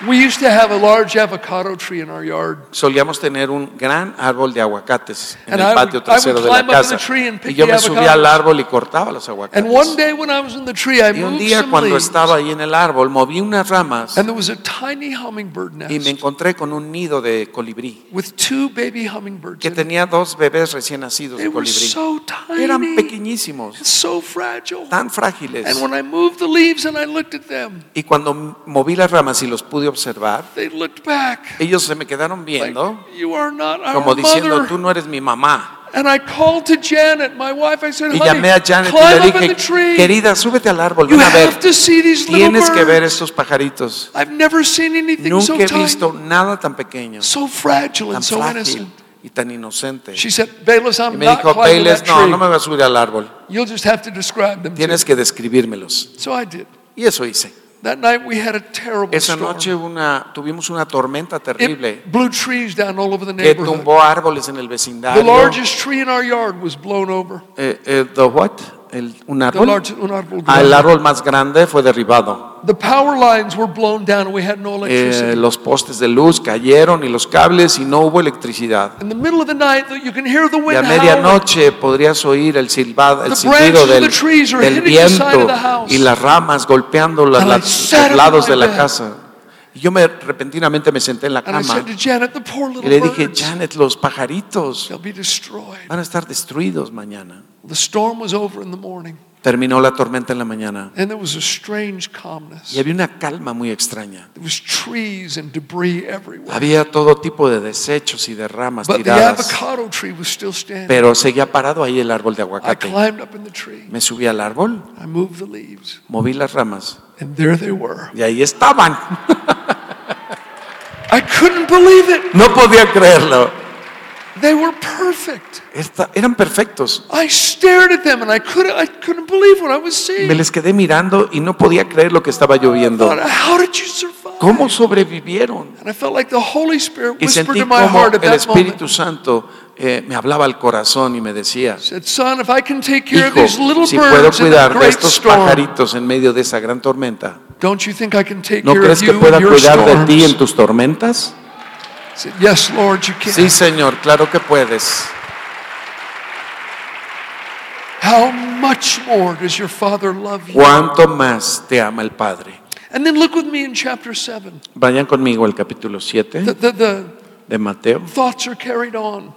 Speaker 1: We used to have a large avocado tree in our yard.
Speaker 2: Solíamos tener un gran árbol de aguacates en
Speaker 1: And
Speaker 2: el
Speaker 1: I
Speaker 2: patio
Speaker 1: would- I would
Speaker 2: trasero de la
Speaker 1: climb up in the
Speaker 2: casa.
Speaker 1: tree and pick
Speaker 2: Y yo
Speaker 1: the
Speaker 2: me subía
Speaker 1: avocados.
Speaker 2: al árbol y cortaba los
Speaker 1: And one
Speaker 2: aguacates.
Speaker 1: day when I was in the tree, I
Speaker 2: Y un
Speaker 1: moved
Speaker 2: día
Speaker 1: some
Speaker 2: cuando
Speaker 1: leaves,
Speaker 2: estaba ahí en el árbol, moví unas ramas
Speaker 1: and there was a tiny hummingbird
Speaker 2: y me
Speaker 1: nest
Speaker 2: encontré con un nido de colibrí
Speaker 1: with two baby hummingbirds.
Speaker 2: que
Speaker 1: In it.
Speaker 2: tenía dos bebés recién nacidos
Speaker 1: They
Speaker 2: de
Speaker 1: were
Speaker 2: colibrí.
Speaker 1: so tiny,
Speaker 2: Eran pequeñísimos,
Speaker 1: so fragile.
Speaker 2: tan frágiles.
Speaker 1: And when I moved the leaves and I looked at them,
Speaker 2: Y cuando moví las ramas y los pude observar,
Speaker 1: they looked back.
Speaker 2: ellos se me quedaron
Speaker 1: Like,
Speaker 2: viendo,
Speaker 1: you are not our
Speaker 2: como diciendo,
Speaker 1: mother.
Speaker 2: tú no eres mi mamá.
Speaker 1: And I called to Janet, my wife. I said,
Speaker 2: Y
Speaker 1: honey,
Speaker 2: llamé a Janet
Speaker 1: climb
Speaker 2: y
Speaker 1: up
Speaker 2: le
Speaker 1: in the
Speaker 2: dije,
Speaker 1: tree.
Speaker 2: querida, súbete al árbol,
Speaker 1: you
Speaker 2: ven a ver,
Speaker 1: have to see these little
Speaker 2: tienes
Speaker 1: birds.
Speaker 2: que ver estos pajaritos.
Speaker 1: I've never seen anything
Speaker 2: Nunca
Speaker 1: so
Speaker 2: he
Speaker 1: tiny,
Speaker 2: visto nada tan pequeño,
Speaker 1: so fragile
Speaker 2: tan
Speaker 1: and so
Speaker 2: frágil
Speaker 1: innocent.
Speaker 2: y tan inocente.
Speaker 1: She said, Bayless,
Speaker 2: Y
Speaker 1: I'm
Speaker 2: me
Speaker 1: not
Speaker 2: dijo,
Speaker 1: climbing
Speaker 2: Bayless,
Speaker 1: that
Speaker 2: no,
Speaker 1: tree.
Speaker 2: no me vas a subir al árbol,
Speaker 1: You'll just have to describe them. to
Speaker 2: tienes que describírmelos.
Speaker 1: me." So I did.
Speaker 2: Y eso hice.
Speaker 1: That night we had a terrible
Speaker 2: Esa
Speaker 1: storm.
Speaker 2: noche una, tuvimos una tormenta terrible
Speaker 1: it blew trees down all over the
Speaker 2: que
Speaker 1: neighborhood.
Speaker 2: tumbó árboles en el
Speaker 1: The
Speaker 2: vecindario.
Speaker 1: largest tree in our yard was blown over.
Speaker 2: Eh, eh, the what? El- ¿Un
Speaker 1: The
Speaker 2: árbol?
Speaker 1: largest un árbol
Speaker 2: Ah, el
Speaker 1: grande.
Speaker 2: árbol más grande fue derribado.
Speaker 1: The power lines were blown down and we had no
Speaker 2: Eh,
Speaker 1: electricity.
Speaker 2: los postes de luz cayeron y los cables y no hubo electricidad.
Speaker 1: in the middle of the night, you can hear the
Speaker 2: Y
Speaker 1: wind
Speaker 2: a
Speaker 1: howling.
Speaker 2: medianoche podrías oír el silbado, el
Speaker 1: The
Speaker 2: silbido
Speaker 1: branches of
Speaker 2: del,
Speaker 1: the trees are
Speaker 2: del
Speaker 1: hitting the side
Speaker 2: viento
Speaker 1: of the house.
Speaker 2: y las ramas golpeando la-
Speaker 1: And I
Speaker 2: la-
Speaker 1: sat
Speaker 2: los
Speaker 1: in
Speaker 2: lados
Speaker 1: my
Speaker 2: de la
Speaker 1: bed.
Speaker 2: casa. Y yo me repentinamente me senté en la
Speaker 1: And I
Speaker 2: cama
Speaker 1: said to Janet, the poor
Speaker 2: y
Speaker 1: little
Speaker 2: le dije,
Speaker 1: birds,
Speaker 2: Janet, los pajaritos
Speaker 1: they'll be destroyed.
Speaker 2: van a estar destruidos mañana.
Speaker 1: The storm was over in the morning,
Speaker 2: Terminó la tormenta en la mañana
Speaker 1: and there was a strange calmness.
Speaker 2: y había una calma muy extraña.
Speaker 1: There was trees and debris everywhere.
Speaker 2: Había todo tipo de desechos y de ramas
Speaker 1: But the
Speaker 2: tiradas,
Speaker 1: avocado tree was still standing.
Speaker 2: pero seguía parado ahí el árbol
Speaker 1: I
Speaker 2: de aguacate.
Speaker 1: climbed up in the tree.
Speaker 2: Me subí al árbol,
Speaker 1: I moved the leaves,
Speaker 2: moví las ramas
Speaker 1: and there they were.
Speaker 2: y ahí estaban.
Speaker 1: I couldn't believe it.
Speaker 2: No podía creerlo.
Speaker 1: They were perfect.
Speaker 2: Esta- eran perfectos.
Speaker 1: I stared at them, and I couldn't. I couldn't believe what I was
Speaker 2: Me
Speaker 1: seeing.
Speaker 2: les quedé mirando y no podía creer lo que estaba lloviendo.
Speaker 1: Thought, How did you survive?
Speaker 2: ¿Cómo sobrevivieron?
Speaker 1: And I felt like the Holy Spirit
Speaker 2: Y
Speaker 1: whispered
Speaker 2: sentí
Speaker 1: to my
Speaker 2: como
Speaker 1: heart at
Speaker 2: el
Speaker 1: that moment.
Speaker 2: Espíritu Santo eh, me hablaba al corazón y me decía,
Speaker 1: Said, son, if I can take care of these
Speaker 2: hijo,
Speaker 1: little
Speaker 2: si puedo
Speaker 1: birds in the
Speaker 2: cuidar de
Speaker 1: great
Speaker 2: estos
Speaker 1: storm,
Speaker 2: pajaritos en medio de esa gran tormenta,
Speaker 1: don't you think I can take
Speaker 2: ¿no
Speaker 1: care of
Speaker 2: crees que
Speaker 1: you in
Speaker 2: pueda
Speaker 1: your
Speaker 2: cuidar de
Speaker 1: storms?
Speaker 2: ti en tus tormentas?
Speaker 1: Said, yes, Lord, you can.
Speaker 2: Sí, Señor, claro que puedes.
Speaker 1: How much more does your Father love you?
Speaker 2: ¿Cuánto más te ama el Padre?
Speaker 1: And then look with me in chapter 7.
Speaker 2: Vayan conmigo al capítulo
Speaker 1: The,
Speaker 2: 7
Speaker 1: the, the
Speaker 2: de Mateo.
Speaker 1: thoughts are carried on.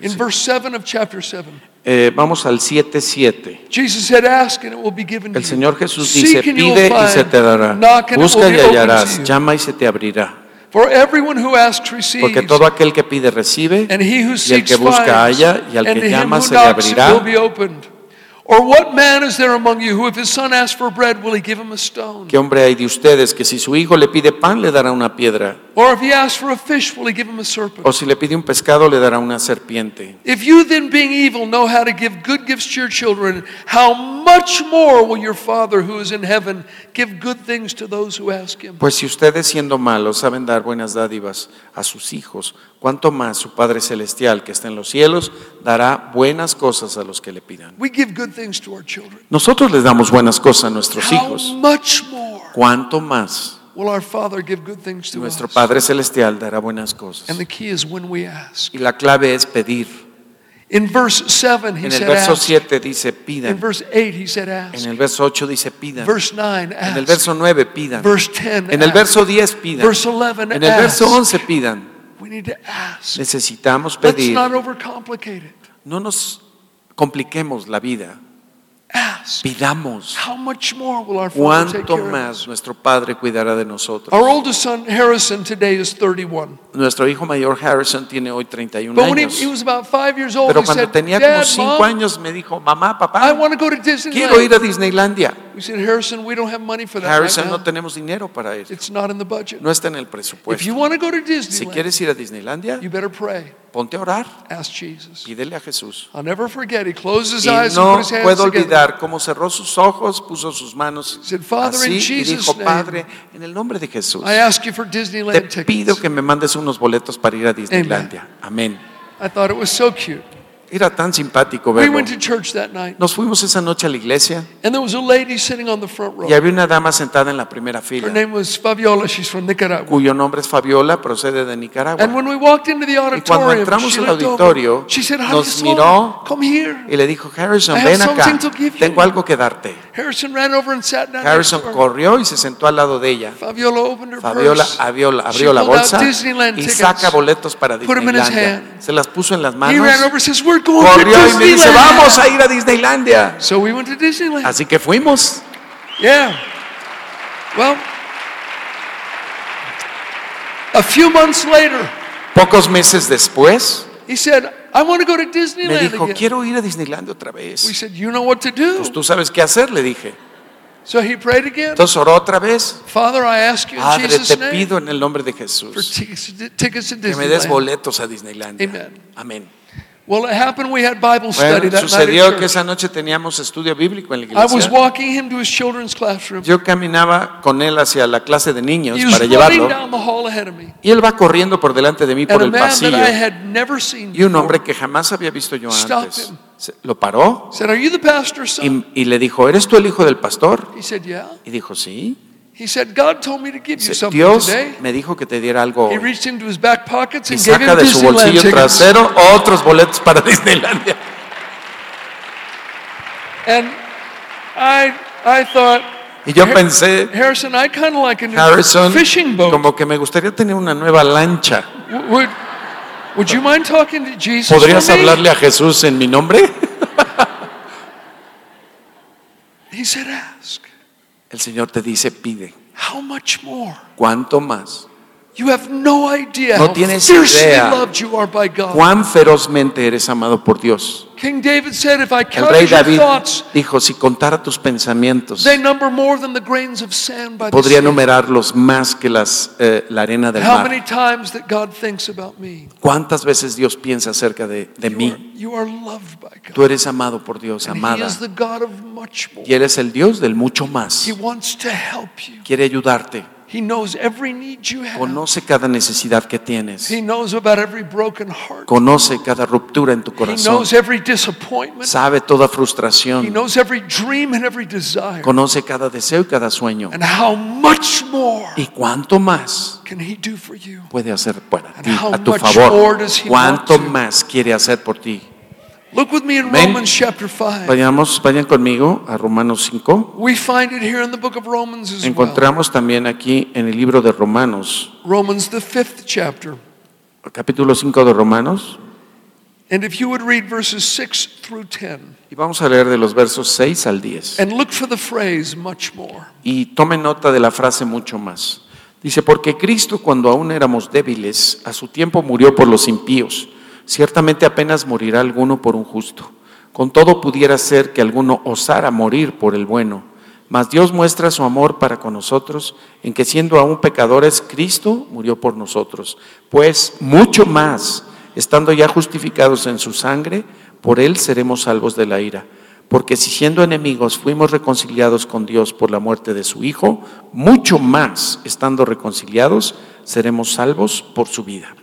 Speaker 1: In verse 7 of chapter 7,
Speaker 2: Eh, vamos al 7.7.
Speaker 1: Jesus said, Ask and it will be given to
Speaker 2: El
Speaker 1: you.
Speaker 2: Señor Jesús
Speaker 1: Seek
Speaker 2: dice,
Speaker 1: and you will
Speaker 2: pide y
Speaker 1: find.
Speaker 2: se te dará.
Speaker 1: Knock and it
Speaker 2: Busca
Speaker 1: will
Speaker 2: y
Speaker 1: be opened to
Speaker 2: hallarás.
Speaker 1: you.
Speaker 2: Llama y se te abrirá.
Speaker 1: For everyone who asks receives.
Speaker 2: Porque todo aquel que pide recibe.
Speaker 1: And he who
Speaker 2: Y el
Speaker 1: seeks
Speaker 2: que busca
Speaker 1: finds,
Speaker 2: halla, y al
Speaker 1: and
Speaker 2: que
Speaker 1: to him
Speaker 2: llama
Speaker 1: who
Speaker 2: se le
Speaker 1: knocks, it will
Speaker 2: abrirá.
Speaker 1: be opened. Or what man is there among you who, if his son asks for bread, will he give him a stone?
Speaker 2: ¿Qué hombre hay de ustedes que si su hijo le pide pan le dará una piedra?
Speaker 1: Or if he asks for a fish, will he give him a serpent?
Speaker 2: ¿O si le pide un pescado le dará una serpiente?
Speaker 1: If you then, being evil, know how to give good gifts to your children, how much more will your Father who is in heaven give good things to those who ask him?
Speaker 2: Pues si ustedes siendo malos saben dar buenas dádivas a sus hijos, ¿cuánto más su Padre Celestial que está en los cielos dará buenas cosas a los que le pidan?
Speaker 1: We give good things to our children.
Speaker 2: Nosotros les damos buenas cosas a nuestros
Speaker 1: How
Speaker 2: hijos.
Speaker 1: much more
Speaker 2: ¿Cuánto más
Speaker 1: will our Father give good things to
Speaker 2: nuestro
Speaker 1: us?
Speaker 2: Padre Celestial dará buenas cosas?
Speaker 1: And the key is when we ask.
Speaker 2: Y la clave es pedir.
Speaker 1: In verse 7, he
Speaker 2: En el
Speaker 1: said,
Speaker 2: verso
Speaker 1: ask.
Speaker 2: 7 dice
Speaker 1: In
Speaker 2: pidan.
Speaker 1: verse 8, he said,
Speaker 2: En
Speaker 1: ask.
Speaker 2: el verso 8 dice pidan.
Speaker 1: Verse 9,
Speaker 2: En el
Speaker 1: ask.
Speaker 2: verso 9 pidan.
Speaker 1: Verse 10,
Speaker 2: En el
Speaker 1: ask.
Speaker 2: verso 10 pidan.
Speaker 1: Verse 11,
Speaker 2: En el verso
Speaker 1: ask.
Speaker 2: 11 pidan.
Speaker 1: We need to ask.
Speaker 2: Necesitamos
Speaker 1: Let's
Speaker 2: pedir.
Speaker 1: not overcomplicate it.
Speaker 2: No nos compliquemos la vida.
Speaker 1: Ask.
Speaker 2: Pidamos.
Speaker 1: How much more will our Father take
Speaker 2: ¿Cuánto
Speaker 1: care of us? Oh.
Speaker 2: más nuestro Padre cuidará de nosotros?
Speaker 1: Our oldest son, Harrison, today is 31.
Speaker 2: Nuestro hijo mayor Harrison tiene hoy 31
Speaker 1: But when he,
Speaker 2: años.
Speaker 1: he was about five years old,
Speaker 2: Pero
Speaker 1: he
Speaker 2: cuando
Speaker 1: said,
Speaker 2: tenía como
Speaker 1: Dad,
Speaker 2: 5
Speaker 1: Mom,
Speaker 2: años me dijo, mamá,
Speaker 1: I
Speaker 2: papá,
Speaker 1: want to go to
Speaker 2: quiero ir
Speaker 1: Disneyland.
Speaker 2: a Disneylandia.
Speaker 1: We said, Harrison, we don't have money for that right
Speaker 2: Harrison,
Speaker 1: now.
Speaker 2: no tenemos dinero para ir.
Speaker 1: It's not in the budget.
Speaker 2: No está en el
Speaker 1: If you
Speaker 2: presupuesto.
Speaker 1: want to go to
Speaker 2: Si
Speaker 1: Disneyland,
Speaker 2: quieres ir a Disneylandia,
Speaker 1: you better pray.
Speaker 2: ponte a orar.
Speaker 1: Ask Jesus.
Speaker 2: Pídele a Jesús.
Speaker 1: I'll never forget. He closed his
Speaker 2: Y
Speaker 1: eyes and
Speaker 2: no
Speaker 1: put his hands
Speaker 2: puedo
Speaker 1: together.
Speaker 2: olvidar cómo cerró sus ojos, puso sus manos
Speaker 1: He said, "Father,
Speaker 2: así
Speaker 1: in
Speaker 2: y
Speaker 1: Jesus'
Speaker 2: dijo,
Speaker 1: name,
Speaker 2: Padre, en el nombre de Jesús,
Speaker 1: I ask you for
Speaker 2: te
Speaker 1: Disneyland
Speaker 2: pido
Speaker 1: tickets.
Speaker 2: que me mandes unos boletos para ir a Disneylandia. Amén.
Speaker 1: I thought it was so cute.
Speaker 2: Era tan simpático
Speaker 1: We
Speaker 2: verlo.
Speaker 1: went to church that night,
Speaker 2: Nos fuimos esa noche a la iglesia
Speaker 1: and there was a lady sitting on the front
Speaker 2: y
Speaker 1: row.
Speaker 2: había una dama sentada en la primera
Speaker 1: Her
Speaker 2: fila,
Speaker 1: name was Fabiola. She's from Nicaragua.
Speaker 2: cuyo nombre es Fabiola, procede de
Speaker 1: And
Speaker 2: Nicaragua.
Speaker 1: when we walked into the
Speaker 2: Y cuando
Speaker 1: auditorium,
Speaker 2: entramos
Speaker 1: she
Speaker 2: al
Speaker 1: looked
Speaker 2: auditorio,
Speaker 1: over. She said,
Speaker 2: nos
Speaker 1: "Harrison,
Speaker 2: miró
Speaker 1: come here."
Speaker 2: Y le dijo, Harrison,
Speaker 1: I have
Speaker 2: ven acá,
Speaker 1: something to give you.
Speaker 2: tengo algo que darte.
Speaker 1: Harrison ran over and sat down. next to
Speaker 2: Harrison
Speaker 1: her.
Speaker 2: corrió y se sentó al lado de ella.
Speaker 1: Fabiola opened her
Speaker 2: Fabiola
Speaker 1: purse.
Speaker 2: abrió,
Speaker 1: She
Speaker 2: abrió
Speaker 1: pulled
Speaker 2: la
Speaker 1: out
Speaker 2: bolsa
Speaker 1: Disneyland
Speaker 2: y
Speaker 1: tickets.
Speaker 2: saca boletos para
Speaker 1: Put 'em in his
Speaker 2: Disneylandia.
Speaker 1: hand.
Speaker 2: Se las puso en las
Speaker 1: He
Speaker 2: manos,
Speaker 1: ran over and says, "We're going to
Speaker 2: corrió y me dice,
Speaker 1: Disneyland."
Speaker 2: vamos a ir a Disneylandia.
Speaker 1: So we went to Disneyland.
Speaker 2: Así que fuimos.
Speaker 1: Yeah. Well, a few months later,
Speaker 2: Pocos meses después
Speaker 1: he said, I want to go to
Speaker 2: me
Speaker 1: Disneyland
Speaker 2: dijo,
Speaker 1: again.
Speaker 2: quiero ir a Disneylandia otra
Speaker 1: We
Speaker 2: vez.
Speaker 1: said, You know what to do.
Speaker 2: Pues tú sabes qué hacer, le dije.
Speaker 1: So he prayed again.
Speaker 2: Entonces oró otra vez.
Speaker 1: Father, I ask you in
Speaker 2: Padre, te
Speaker 1: Jesus' name
Speaker 2: pido en el nombre de
Speaker 1: for
Speaker 2: Jesús
Speaker 1: tickets, tickets to
Speaker 2: que me des
Speaker 1: Disneyland.
Speaker 2: boletos a Disneylandia.
Speaker 1: Amen.
Speaker 2: Amén.
Speaker 1: Well, it happened we had Bible study
Speaker 2: Bueno,
Speaker 1: that night
Speaker 2: sucedió
Speaker 1: at
Speaker 2: que
Speaker 1: church.
Speaker 2: esa noche teníamos estudio bíblico en la
Speaker 1: I was
Speaker 2: iglesia.
Speaker 1: walking him to his children's classroom.
Speaker 2: Yo caminaba con él hacia la clase de niños
Speaker 1: He was
Speaker 2: para
Speaker 1: running
Speaker 2: llevarlo.
Speaker 1: down the hall ahead of me.
Speaker 2: Y él va corriendo por delante de mí
Speaker 1: And
Speaker 2: por
Speaker 1: a
Speaker 2: el
Speaker 1: man that
Speaker 2: pasillo.
Speaker 1: I had never seen
Speaker 2: Y un
Speaker 1: before
Speaker 2: hombre que jamás había visto yo
Speaker 1: Stop
Speaker 2: antes
Speaker 1: him.
Speaker 2: se- lo paró
Speaker 1: said, Are you the pastor's son?
Speaker 2: y, y le dijo, ¿eres tú el hijo del pastor?
Speaker 1: He said, Yeah.
Speaker 2: Y dijo, sí.
Speaker 1: He said, God told me to give you
Speaker 2: Dice,
Speaker 1: something
Speaker 2: Dios
Speaker 1: today.
Speaker 2: me dijo que te diera algo
Speaker 1: He
Speaker 2: hoy.
Speaker 1: reached into his back pockets
Speaker 2: Y
Speaker 1: and gave
Speaker 2: saca
Speaker 1: him
Speaker 2: de su
Speaker 1: Disneyland
Speaker 2: bolsillo
Speaker 1: tickets.
Speaker 2: trasero otros boletos para Disneylandia.
Speaker 1: And I, I thought,
Speaker 2: Y yo
Speaker 1: Har-
Speaker 2: pensé,
Speaker 1: Harrison, I kind of like a new
Speaker 2: Harrison,
Speaker 1: fishing boat.
Speaker 2: como que me gustaría tener una nueva lancha.
Speaker 1: W- Would, would you mind talking to Jesus?
Speaker 2: ¿Podrías
Speaker 1: for me?"
Speaker 2: hablarle a Jesús en mi nombre?
Speaker 1: He said, Ask.
Speaker 2: El Señor te dice, pide.
Speaker 1: How much more?
Speaker 2: ¿Cuánto más?
Speaker 1: You have no idea
Speaker 2: No
Speaker 1: how
Speaker 2: tienes
Speaker 1: fiercely
Speaker 2: idea.
Speaker 1: loved you are by God.
Speaker 2: ¿Cuán ferozmente eres amado por Dios?
Speaker 1: King David said, If I
Speaker 2: El
Speaker 1: counted
Speaker 2: rey
Speaker 1: your
Speaker 2: David
Speaker 1: thoughts,
Speaker 2: dijo, si contara tus pensamientos,
Speaker 1: they number more than the grains of sand by the
Speaker 2: podría
Speaker 1: sea.
Speaker 2: enumerarlos más que las, eh, la arena del
Speaker 1: How many
Speaker 2: mar.
Speaker 1: times that God thinks about me?
Speaker 2: ¿Cuántas veces Dios piensa acerca de, de
Speaker 1: You are,
Speaker 2: mí?
Speaker 1: you are loved by God.
Speaker 2: Tú eres amado por Dios,
Speaker 1: And He
Speaker 2: amada,
Speaker 1: is the God of much more.
Speaker 2: y eres el Dios del mucho
Speaker 1: He
Speaker 2: más.
Speaker 1: wants to help you.
Speaker 2: Quiere ayudarte,
Speaker 1: He knows every need you have.
Speaker 2: conoce cada necesidad que tienes,
Speaker 1: He knows about every broken heart.
Speaker 2: conoce cada ruptura en tu
Speaker 1: He
Speaker 2: corazón,
Speaker 1: knows every disappointment.
Speaker 2: sabe toda
Speaker 1: He
Speaker 2: frustración,
Speaker 1: knows every dream and every desire.
Speaker 2: conoce cada deseo y cada sueño.
Speaker 1: And how much more
Speaker 2: ¿Y cuánto más?
Speaker 1: can He do for you?
Speaker 2: puede hacer para ti,
Speaker 1: how
Speaker 2: a tu
Speaker 1: much more
Speaker 2: favor.
Speaker 1: does he want
Speaker 2: ¿Cuánto
Speaker 1: to?
Speaker 2: más quiere hacer por ti?
Speaker 1: Look with me in
Speaker 2: Amen.
Speaker 1: Romans chapter 5.
Speaker 2: Vayamos, vayan conmigo a Romanos 5.
Speaker 1: We find it here in the book of Romans as well.
Speaker 2: Encontramos también aquí en el libro de Romanos,
Speaker 1: Romans, the fifth chapter.
Speaker 2: capítulo 5 de Romanos,
Speaker 1: And if you would read verses 6 through 10,
Speaker 2: y vamos a leer de los versos 6 al 10.
Speaker 1: and look for the phrase much more.
Speaker 2: Y tomen nota de la frase mucho más. Dice, porque Cristo cuando aún éramos débiles, a su tiempo murió por los impíos. Ciertamente apenas morirá alguno por un justo. Con todo pudiera ser que alguno osara morir por el bueno. Mas Dios muestra su amor para con nosotros en que siendo aún pecadores, Cristo murió por nosotros. Pues mucho más, estando ya justificados en su sangre, por él seremos salvos de la ira. Porque si siendo enemigos fuimos reconciliados con Dios por la muerte de su Hijo, mucho más estando reconciliados seremos salvos por su vida.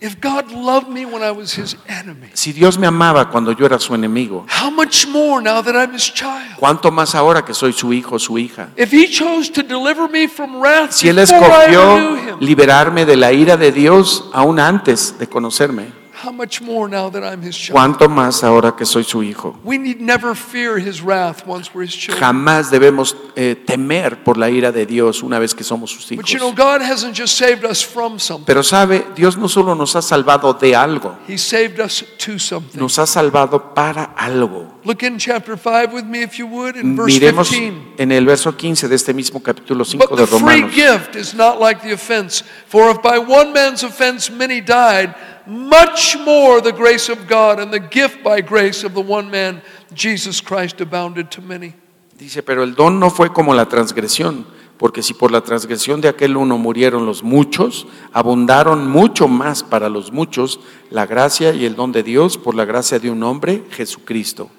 Speaker 1: If God loved me when I was his enemy,
Speaker 2: Si Dios me amaba cuando yo era su enemigo,
Speaker 1: how much more now that I'm his child?
Speaker 2: ¿cuánto más ahora que soy su hijo o su hija?
Speaker 1: If he chose to deliver me from wrath
Speaker 2: Si Él
Speaker 1: before I ever
Speaker 2: escogió
Speaker 1: knew him,
Speaker 2: liberarme de la ira de Dios aún antes de conocerme,
Speaker 1: how much more now that I'm his child?
Speaker 2: ¿cuánto más ahora que soy su hijo?
Speaker 1: We need never fear his wrath once we're his children.
Speaker 2: Jamás debemos eh, temer por la ira de Dios una vez que somos sus
Speaker 1: But you know,
Speaker 2: hijos.
Speaker 1: God hasn't just saved us from something,
Speaker 2: Pero sabe, Dios no solo nos ha salvado de algo,
Speaker 1: he saved us to something.
Speaker 2: nos ha salvado para algo.
Speaker 1: Look in chapter 5 with me, if you would, in verse
Speaker 2: Miremos
Speaker 1: 15.
Speaker 2: en el verso 15 de este mismo capítulo 5
Speaker 1: But
Speaker 2: de
Speaker 1: the free
Speaker 2: Romanos.
Speaker 1: gift is not like the offense. For if by one man's offense many died, much more the grace of God and the gift by grace of the one man, Jesus Christ, abounded to many.
Speaker 2: Dice, pero el don no fue como la transgresión, porque si por la transgresión de aquel uno murieron los muchos, abundaron mucho más para los muchos la gracia y el don de Dios por la gracia de un hombre, Jesucristo.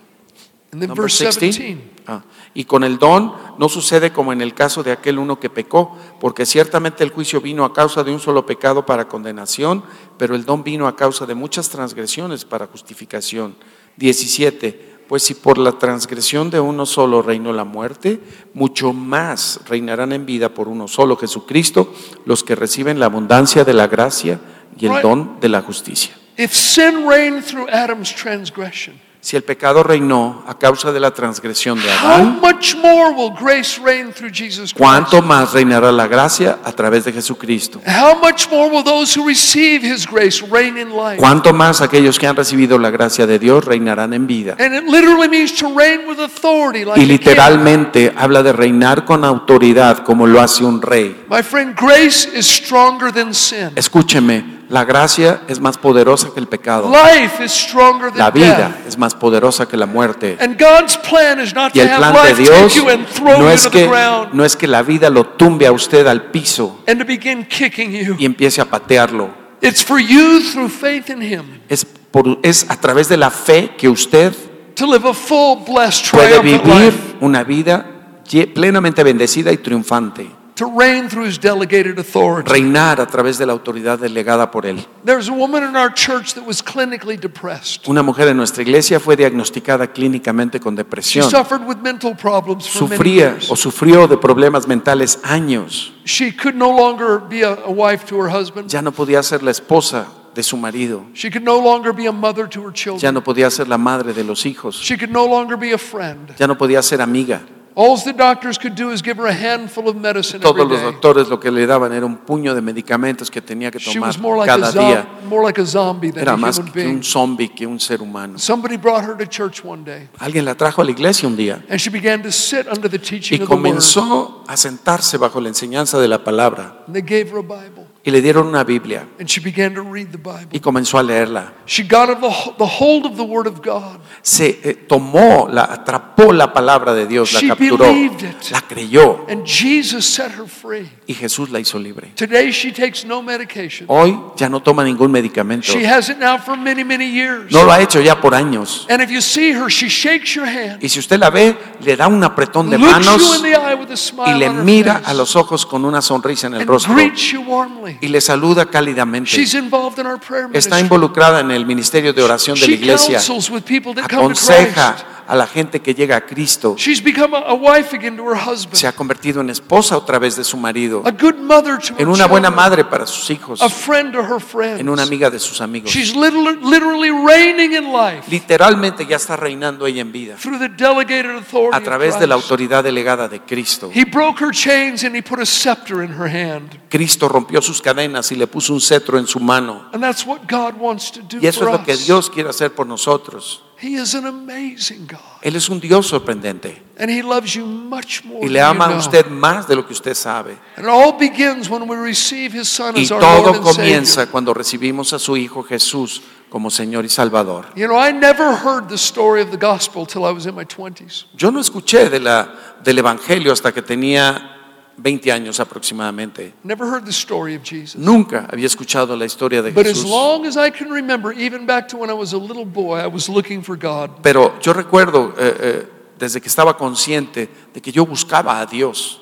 Speaker 1: And then
Speaker 2: Number
Speaker 1: verse
Speaker 2: 16.
Speaker 1: 17.
Speaker 2: Ah, y con el don no sucede como en el caso de aquel uno que pecó, porque ciertamente el juicio vino a causa de un solo pecado para condenación, pero el don vino a causa de muchas transgresiones para justificación. 17. Pues si por la transgresión de uno solo reinó la muerte, mucho más reinarán en vida por uno solo Jesucristo los que reciben la abundancia de la gracia y el
Speaker 1: Right.
Speaker 2: don de la justicia.
Speaker 1: If sin reigned through Adam's transgression,
Speaker 2: Si el pecado reinó a causa de la transgresión de
Speaker 1: how
Speaker 2: Adán,
Speaker 1: much more will grace reign through Jesus Christ?
Speaker 2: ¿Cuánto más reinará la gracia a través de Jesucristo?
Speaker 1: How much more will those who receive his grace reign in life?
Speaker 2: ¿Cuánto más aquellos que han recibido la gracia de Dios reinarán en vida?
Speaker 1: And it literally means to reign with authority, like a
Speaker 2: Y
Speaker 1: king.
Speaker 2: literalmente habla de reinar con autoridad como lo hace un rey.
Speaker 1: My friend, grace is stronger than sin.
Speaker 2: Escúcheme, la gracia es más poderosa que el pecado.
Speaker 1: Life is stronger than
Speaker 2: La vida
Speaker 1: death.
Speaker 2: es más poderosa que la muerte.
Speaker 1: And God's plan is not
Speaker 2: Y
Speaker 1: to
Speaker 2: el
Speaker 1: have
Speaker 2: plan de
Speaker 1: life
Speaker 2: Dios
Speaker 1: take you and throw you
Speaker 2: no es
Speaker 1: to
Speaker 2: que,
Speaker 1: the ground
Speaker 2: no es que la vida lo tumbe a usted al piso
Speaker 1: and to begin kicking you.
Speaker 2: y empiece a patearlo.
Speaker 1: It's for you through faith in Him
Speaker 2: Es, por- es a través de la fe que usted
Speaker 1: to live a full, blessed,
Speaker 2: puede
Speaker 1: triumphant
Speaker 2: vivir
Speaker 1: life,
Speaker 2: una vida lle- plenamente bendecida y triunfante,
Speaker 1: to reign through His delegated authority.
Speaker 2: reinar a través de la autoridad delegada por Él.
Speaker 1: There's a woman in our church that was clinically depressed.
Speaker 2: Una mujer en nuestra iglesia fue diagnosticada clínicamente con
Speaker 1: She
Speaker 2: depresión.
Speaker 1: suffered with mental problems for many
Speaker 2: Sufría
Speaker 1: years.
Speaker 2: o sufrió de problemas mentales años.
Speaker 1: She could no longer be a, a wife to her husband.
Speaker 2: Ya no podía ser la esposa de su marido,
Speaker 1: She could no longer be a mother to her children.
Speaker 2: ya no podía ser la madre de los hijos,
Speaker 1: She could no longer be a friend.
Speaker 2: ya no podía ser amiga.
Speaker 1: All the doctors could do is give her a handful of medicine every
Speaker 2: Todos los
Speaker 1: day.
Speaker 2: doctores lo que le daban era un puño de medicamentos que tenía que
Speaker 1: She
Speaker 2: tomar
Speaker 1: was more like, a
Speaker 2: cada día.
Speaker 1: zom- more like a zombie than
Speaker 2: Era
Speaker 1: a
Speaker 2: más
Speaker 1: human
Speaker 2: que un
Speaker 1: being.
Speaker 2: zombie que un ser humano.
Speaker 1: Somebody brought her to church one day,
Speaker 2: Alguien la trajo a la iglesia un día.
Speaker 1: and she began to sit under the
Speaker 2: y
Speaker 1: teaching of the Word.
Speaker 2: comenzó a sentarse bajo la enseñanza de la palabra
Speaker 1: And they gave her a Bible,
Speaker 2: y le dieron una Biblia
Speaker 1: and she began to read the Bible.
Speaker 2: y comenzó a leerla.
Speaker 1: She got of the, ho- the hold of the Word of God.
Speaker 2: Se eh, tomó, la atrapó la palabra de Dios, la
Speaker 1: She
Speaker 2: capturó,
Speaker 1: believed it.
Speaker 2: la creyó
Speaker 1: And Jesus set her free.
Speaker 2: y Jesús la hizo libre.
Speaker 1: Today, she takes no medication.
Speaker 2: Hoy ya no toma ningún medicamento.
Speaker 1: She has it now for many, many years.
Speaker 2: No lo ha hecho ya por años.
Speaker 1: And if you see her, she shakes your hand,
Speaker 2: Y si usted la ve, le da un apretón de
Speaker 1: looks you
Speaker 2: manos
Speaker 1: in the eye with a
Speaker 2: y
Speaker 1: smile
Speaker 2: le
Speaker 1: on her
Speaker 2: mira
Speaker 1: face,
Speaker 2: a los ojos con una sonrisa en el
Speaker 1: and
Speaker 2: rostro
Speaker 1: greets you warmly.
Speaker 2: y le saluda cálidamente.
Speaker 1: She's involved in our prayer
Speaker 2: Está
Speaker 1: ministry.
Speaker 2: involucrada en el ministerio de oración de la
Speaker 1: She
Speaker 2: iglesia.
Speaker 1: counsels with people that come to Christ.
Speaker 2: aconseja a la gente que llega a Cristo.
Speaker 1: She's become a, a wife again to her husband,
Speaker 2: Se ha convertido en esposa otra vez de su marido,
Speaker 1: a good mother to her
Speaker 2: en una buena
Speaker 1: children,
Speaker 2: madre para sus hijos,
Speaker 1: a friend to her friends.
Speaker 2: en una amiga de sus amigos.
Speaker 1: She's literally, literally reigning in life
Speaker 2: Literalmente ya está reinando ella en vida
Speaker 1: through the delegated authority
Speaker 2: a
Speaker 1: of
Speaker 2: través de la
Speaker 1: Christ.
Speaker 2: autoridad delegada de Cristo.
Speaker 1: He broke her chains and he put a scepter in her hand.
Speaker 2: Cristo rompió sus cadenas y le puso un cetro en su mano.
Speaker 1: And that's what God wants to do
Speaker 2: Y eso
Speaker 1: for
Speaker 2: es lo que
Speaker 1: us.
Speaker 2: Dios quiere hacer por nosotros.
Speaker 1: He is an amazing God.
Speaker 2: Él es un Dios sorprendente
Speaker 1: And he loves you much more
Speaker 2: y
Speaker 1: than
Speaker 2: le ama
Speaker 1: you
Speaker 2: a
Speaker 1: know.
Speaker 2: usted más de lo que usted sabe.
Speaker 1: And it all begins when we receive his son
Speaker 2: Y
Speaker 1: as our Lord
Speaker 2: todo
Speaker 1: and
Speaker 2: comienza
Speaker 1: Savior.
Speaker 2: cuando recibimos a su Hijo Jesús como Señor y Salvador.
Speaker 1: You know, I never heard the story of the gospel till I was in my 20s.
Speaker 2: Yo no escuché de la, del Evangelio hasta que tenía 20 años aproximadamente.
Speaker 1: Never heard the story of Jesus.
Speaker 2: Nunca había escuchado la historia de
Speaker 1: But as
Speaker 2: Jesús.
Speaker 1: long as I can remember, even back to when I was a little boy, I was looking for God.
Speaker 2: Pero yo recuerdo eh, eh, desde que estaba consciente de que yo buscaba a Dios.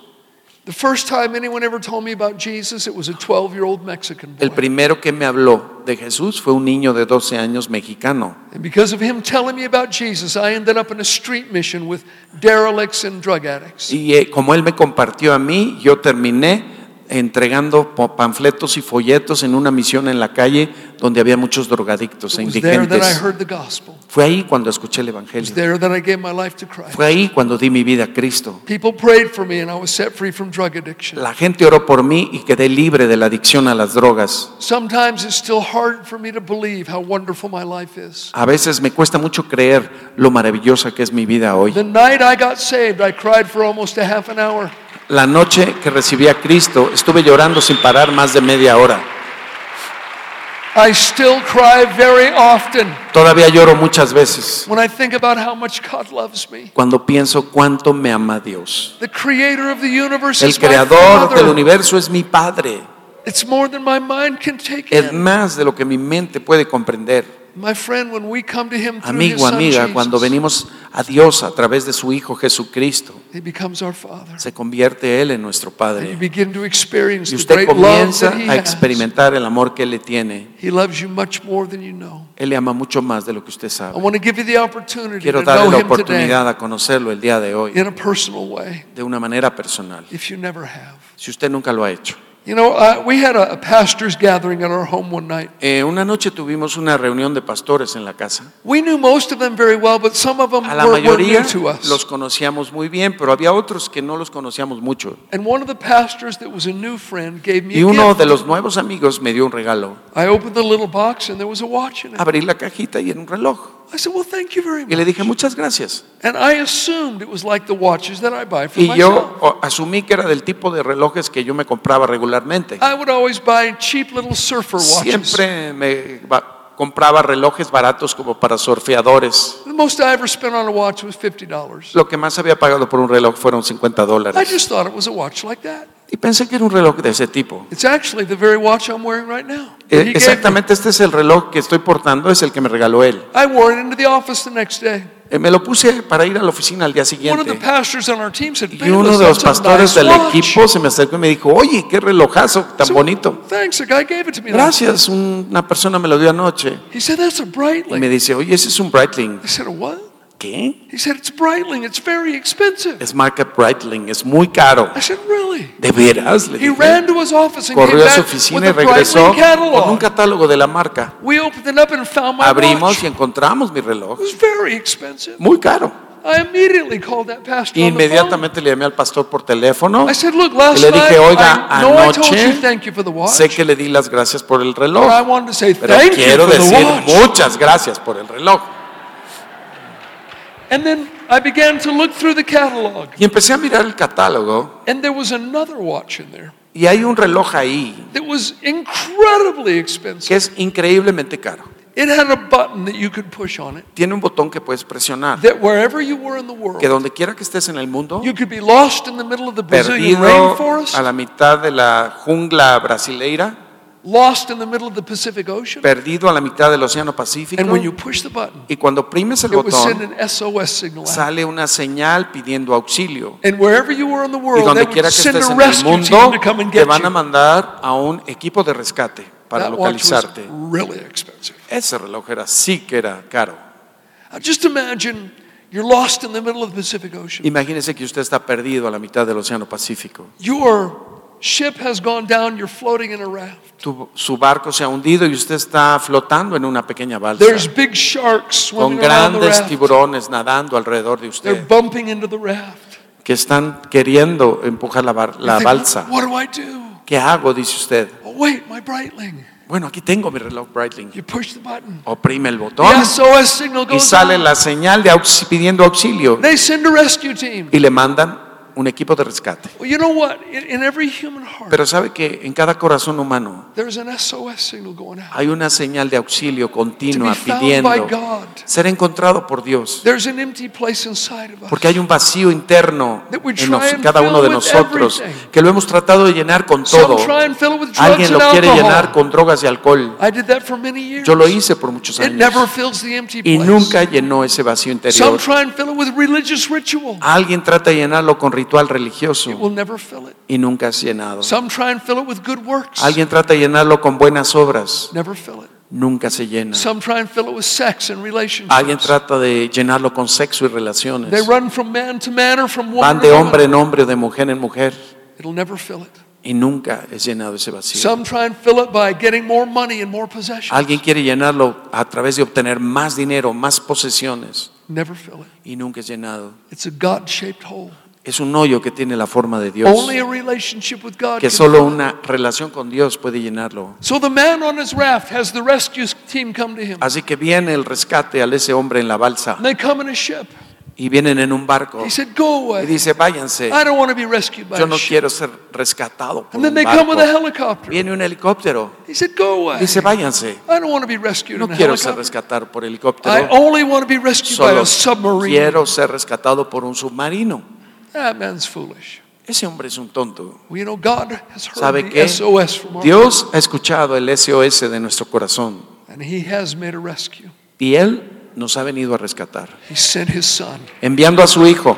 Speaker 1: The first time anyone ever told me about Jesus, it was a 12 year old Mexican boy.
Speaker 2: El primero que me habló de Jesús fue un niño de 12 años mexicano.
Speaker 1: and because of him telling me about Jesus, I ended up in a street mission with derelicts and drug addicts.
Speaker 2: Y eh, como él me compartió a mí, yo terminé entregando po- panfletos y folletos en una misión en la calle donde había muchos drogadictos
Speaker 1: It
Speaker 2: e
Speaker 1: was there that I
Speaker 2: indigentes.
Speaker 1: heard the gospel.
Speaker 2: Fue ahí cuando escuché el
Speaker 1: It was
Speaker 2: Evangelio.
Speaker 1: there that I gave my life to Christ.
Speaker 2: Fue ahí cuando di mi vida a Cristo.
Speaker 1: People prayed for me and I was set free from drug addiction.
Speaker 2: La gente oró por mí y quedé libre de la adicción a las drogas.
Speaker 1: Sometimes it's still hard for me to believe how wonderful my life is.
Speaker 2: A veces me cuesta mucho creer lo maravillosa que es mi vida hoy.
Speaker 1: The night I got saved, I cried for almost a half an hour.
Speaker 2: La noche que recibí a Cristo estuve llorando sin parar más de media hora.
Speaker 1: I still cry very often
Speaker 2: Todavía lloro muchas veces
Speaker 1: when I think about how much God loves me.
Speaker 2: cuando pienso cuánto me ama Dios.
Speaker 1: The creator of the universe
Speaker 2: El
Speaker 1: is my
Speaker 2: creador del
Speaker 1: Father.
Speaker 2: universo es mi Padre.
Speaker 1: It's more than my mind can take
Speaker 2: Es
Speaker 1: in.
Speaker 2: más de lo que mi mente puede comprender.
Speaker 1: My friend, when we come to him through his
Speaker 2: Amigo,
Speaker 1: son
Speaker 2: amiga,
Speaker 1: Jesus,
Speaker 2: cuando venimos a Dios a través de su Hijo Jesucristo,
Speaker 1: he becomes our Father.
Speaker 2: se convierte Él en nuestro
Speaker 1: And you
Speaker 2: Padre.
Speaker 1: begin to experience the
Speaker 2: Y usted
Speaker 1: great love
Speaker 2: comienza
Speaker 1: that he
Speaker 2: a
Speaker 1: has.
Speaker 2: experimentar el amor que Él le tiene.
Speaker 1: He loves you much more than you know.
Speaker 2: Él le ama mucho más de lo que usted
Speaker 1: I
Speaker 2: sabe.
Speaker 1: want to give you the opportunity
Speaker 2: Quiero
Speaker 1: to know
Speaker 2: darle la
Speaker 1: him today
Speaker 2: oportunidad a conocerlo el día de hoy
Speaker 1: in a personal way
Speaker 2: de una manera personal,
Speaker 1: if you never have.
Speaker 2: si usted nunca lo ha hecho.
Speaker 1: You know, uh, we had a, a pastor's gathering at our home one night.
Speaker 2: Eh, una noche tuvimos una reunión de pastores en la casa.
Speaker 1: We knew most of them very well, but some of them
Speaker 2: A la
Speaker 1: were, were new
Speaker 2: mayoría
Speaker 1: to us.
Speaker 2: los conocíamos muy bien, pero había otros que no los conocíamos mucho.
Speaker 1: And one of the pastors that was a new friend gave me
Speaker 2: Y
Speaker 1: a
Speaker 2: uno
Speaker 1: gift.
Speaker 2: de los nuevos amigos me dio un regalo.
Speaker 1: I opened the little box and there was a watch in it.
Speaker 2: Abrí la cajita y era un reloj.
Speaker 1: I said, "Well, thank you very
Speaker 2: Y
Speaker 1: much."
Speaker 2: le dije, muchas gracias.
Speaker 1: And I assumed it was like the watches that I buy for
Speaker 2: Y
Speaker 1: myself.
Speaker 2: yo o, asumí que era del tipo de relojes que yo me compraba regularmente.
Speaker 1: I would always buy cheap little surfer watches.
Speaker 2: Siempre me ba- compraba relojes baratos como para surfeadores.
Speaker 1: The most I ever spent on a watch was fifty dollars.
Speaker 2: Lo que más había pagado por un reloj fueron 50
Speaker 1: I
Speaker 2: dólares.
Speaker 1: just thought it was a watch like that.
Speaker 2: Y pensé que era un reloj de ese tipo.
Speaker 1: It's actually the very watch I'm wearing right now. that
Speaker 2: Eh,
Speaker 1: he gave me.
Speaker 2: Exactamente este es el reloj que estoy portando, es el que me regaló él.
Speaker 1: I wore it into the office the next day.
Speaker 2: Eh, Me lo puse para ir a la oficina al día
Speaker 1: One of the
Speaker 2: siguiente.
Speaker 1: pastors on our team said,
Speaker 2: Y uno
Speaker 1: "Bayless,
Speaker 2: de los
Speaker 1: that's a
Speaker 2: pastores
Speaker 1: nice
Speaker 2: del
Speaker 1: watch."
Speaker 2: equipo se me acercó y me dijo, oye, qué relojazo tan
Speaker 1: So,
Speaker 2: bonito.
Speaker 1: Thanks, the guy gave it to me.
Speaker 2: Gracias, una persona me lo dio anoche.
Speaker 1: He said, that's a
Speaker 2: Y
Speaker 1: Breitling.
Speaker 2: me dice, oye, ese es un Breitling.
Speaker 1: I said, what?
Speaker 2: ¿Qué?
Speaker 1: He said, it's Breitling. It's very expensive.
Speaker 2: Es marca Breitling, es muy caro.
Speaker 1: I said, really?
Speaker 2: ¿De veras? Le
Speaker 1: He
Speaker 2: dije.
Speaker 1: ran to his office and came
Speaker 2: Corrió a
Speaker 1: back
Speaker 2: su
Speaker 1: with
Speaker 2: oficina y
Speaker 1: a
Speaker 2: regresó
Speaker 1: Breitling
Speaker 2: con un
Speaker 1: catalog.
Speaker 2: catálogo de la marca.
Speaker 1: We opened it up and found my watch.
Speaker 2: Abrimos y
Speaker 1: It
Speaker 2: encontramos mi reloj.
Speaker 1: was very expensive.
Speaker 2: Muy caro.
Speaker 1: I immediately called that pastor on the phone.
Speaker 2: Inmediatamente le llamé al pastor por teléfono.
Speaker 1: I said, look, last
Speaker 2: Y le
Speaker 1: night,
Speaker 2: dije, "Oiga,
Speaker 1: I know I told
Speaker 2: anoche
Speaker 1: you thank you for the watch.
Speaker 2: Sé que le di las gracias por el
Speaker 1: But I
Speaker 2: reloj,
Speaker 1: wanted to say
Speaker 2: pero
Speaker 1: thank you
Speaker 2: quiero
Speaker 1: for the
Speaker 2: decir
Speaker 1: watch.
Speaker 2: muchas gracias por el reloj.
Speaker 1: And then I began to look through the catalog.
Speaker 2: Y empecé a mirar el catálogo
Speaker 1: And there was another watch in there
Speaker 2: y hay un reloj ahí
Speaker 1: that was incredibly expensive.
Speaker 2: que es increíblemente caro.
Speaker 1: It had a button that you could push on it,
Speaker 2: Tiene un botón que puedes presionar,
Speaker 1: that wherever you were in the world,
Speaker 2: que donde quiera que estés en el mundo,
Speaker 1: you could be lost in the middle of the Brazilian
Speaker 2: perdido a
Speaker 1: rainforest,
Speaker 2: la mitad de la jungla brasileira,
Speaker 1: lost in the middle of the Pacific Ocean.
Speaker 2: perdido a la mitad del Océano Pacífico.
Speaker 1: And when you push the button,
Speaker 2: Y cuando oprimes el
Speaker 1: it would send
Speaker 2: botón,
Speaker 1: an SOS signal out.
Speaker 2: sale una señal pidiendo auxilio.
Speaker 1: And wherever you were in the
Speaker 2: Y
Speaker 1: world, they
Speaker 2: donde quiera
Speaker 1: would
Speaker 2: que
Speaker 1: send
Speaker 2: estés
Speaker 1: a
Speaker 2: en el
Speaker 1: rescue
Speaker 2: mundo,
Speaker 1: team to come and
Speaker 2: te
Speaker 1: get
Speaker 2: van a
Speaker 1: you.
Speaker 2: mandar a un equipo de rescate para
Speaker 1: That watch was
Speaker 2: localizarte.
Speaker 1: really expensive.
Speaker 2: Ese reloj era sí que era caro.
Speaker 1: Now just Uh, imagine You're lost in the middle of the Pacific Ocean.
Speaker 2: Imagínese que usted está perdido a la mitad del Océano Pacífico.
Speaker 1: Your ship has gone down, you're floating in a raft.
Speaker 2: Tu- su barco se ha hundido y usted está flotando en una pequeña balsa
Speaker 1: There's big sharks
Speaker 2: con
Speaker 1: swimming around the
Speaker 2: grandes
Speaker 1: raft.
Speaker 2: tiburones nadando alrededor de
Speaker 1: They're
Speaker 2: usted
Speaker 1: bumping into the raft.
Speaker 2: que están queriendo empujar la, bar-
Speaker 1: You
Speaker 2: la
Speaker 1: think,
Speaker 2: balsa.
Speaker 1: What do I do?
Speaker 2: ¿Qué hago? Dice usted.
Speaker 1: Oh, wait, my brightling.
Speaker 2: Bueno, aquí tengo mi reloj Breitling.
Speaker 1: You push the button.
Speaker 2: Oprime el botón
Speaker 1: The SOS signal
Speaker 2: y
Speaker 1: goes
Speaker 2: sale
Speaker 1: on.
Speaker 2: la señal de aux- pidiendo auxilio
Speaker 1: They send a rescue team.
Speaker 2: y le mandan un equipo de rescate.
Speaker 1: Well, you know what? In, in every human heart,
Speaker 2: Pero sabe que en cada corazón humano
Speaker 1: there's an SOS signal going out.
Speaker 2: hay una señal de auxilio
Speaker 1: To be
Speaker 2: continua
Speaker 1: found by
Speaker 2: pidiendo
Speaker 1: God.
Speaker 2: ser encontrado por Dios.
Speaker 1: There's an empty place inside of us.
Speaker 2: Porque hay un vacío interno
Speaker 1: That we
Speaker 2: en nos-
Speaker 1: try and
Speaker 2: cada
Speaker 1: fill
Speaker 2: uno de
Speaker 1: with
Speaker 2: nosotros
Speaker 1: everything.
Speaker 2: que lo hemos tratado de llenar con
Speaker 1: Some
Speaker 2: todo.
Speaker 1: try and fill it with drugs
Speaker 2: Alguien lo
Speaker 1: and
Speaker 2: quiere
Speaker 1: alcohol.
Speaker 2: llenar con drogas y alcohol.
Speaker 1: I did that for many years.
Speaker 2: Yo lo hice por muchos
Speaker 1: It never
Speaker 2: años
Speaker 1: fills the empty
Speaker 2: y
Speaker 1: place.
Speaker 2: nunca llenó ese
Speaker 1: Some
Speaker 2: vacío interior.
Speaker 1: try and fill it with religious ritual.
Speaker 2: Alguien trata de llenarlo con ritual
Speaker 1: It
Speaker 2: religioso
Speaker 1: will never fill it.
Speaker 2: y nunca es llenado.
Speaker 1: Some try and fill it with good works.
Speaker 2: Alguien trata de llenarlo con buenas obras,
Speaker 1: Never fill it.
Speaker 2: nunca se llena.
Speaker 1: Some try and fill it with sex and
Speaker 2: Alguien
Speaker 1: relationships.
Speaker 2: trata de llenarlo con sexo y
Speaker 1: They
Speaker 2: relaciones.
Speaker 1: run from man to man or from woman
Speaker 2: Van de
Speaker 1: to
Speaker 2: hombre
Speaker 1: woman.
Speaker 2: en hombre o de mujer en mujer
Speaker 1: It'll never fill it.
Speaker 2: y nunca es llenado ese vacío.
Speaker 1: Some try and fill it by getting more money and more possessions.
Speaker 2: Alguien quiere llenarlo a través de obtener más dinero, más posesiones
Speaker 1: Never fill it.
Speaker 2: y nunca es llenado.
Speaker 1: It's a God-shaped hole.
Speaker 2: Es un hoyo que tiene la forma de Dios,
Speaker 1: Only a relationship with God
Speaker 2: que
Speaker 1: can
Speaker 2: solo
Speaker 1: fill it.
Speaker 2: una relación con Dios puede llenarlo.
Speaker 1: So the man on his raft has the rescue team come to him.
Speaker 2: Así que viene el rescate al ese hombre en la balsa
Speaker 1: And they come in a ship.
Speaker 2: y vienen en un barco
Speaker 1: He said, Go
Speaker 2: y
Speaker 1: away.
Speaker 2: dice, váyanse,
Speaker 1: I don't want to be rescued by
Speaker 2: yo
Speaker 1: a
Speaker 2: no
Speaker 1: ship.
Speaker 2: quiero ser rescatado por
Speaker 1: And then
Speaker 2: un
Speaker 1: they come with a
Speaker 2: barco.
Speaker 1: helicopter.
Speaker 2: Viene un helicóptero,
Speaker 1: He said, Go away.
Speaker 2: dice, váyanse,
Speaker 1: I don't want to be rescued
Speaker 2: no
Speaker 1: in a
Speaker 2: quiero ser
Speaker 1: helicopter.
Speaker 2: rescatado por
Speaker 1: I
Speaker 2: helicóptero,
Speaker 1: only want to be rescued by
Speaker 2: solo
Speaker 1: a submarine.
Speaker 2: quiero ser rescatado por un submarino.
Speaker 1: That man's foolish.
Speaker 2: Ese hombre es un tonto.
Speaker 1: Well, you know, God has heard
Speaker 2: ¿Sabe
Speaker 1: the
Speaker 2: qué?
Speaker 1: SOS from our
Speaker 2: Dios ha escuchado el SOS de nuestro corazón
Speaker 1: and He has made a rescue.
Speaker 2: y Él nos ha venido a rescatar,
Speaker 1: He sent His Son.
Speaker 2: enviando a su hijo,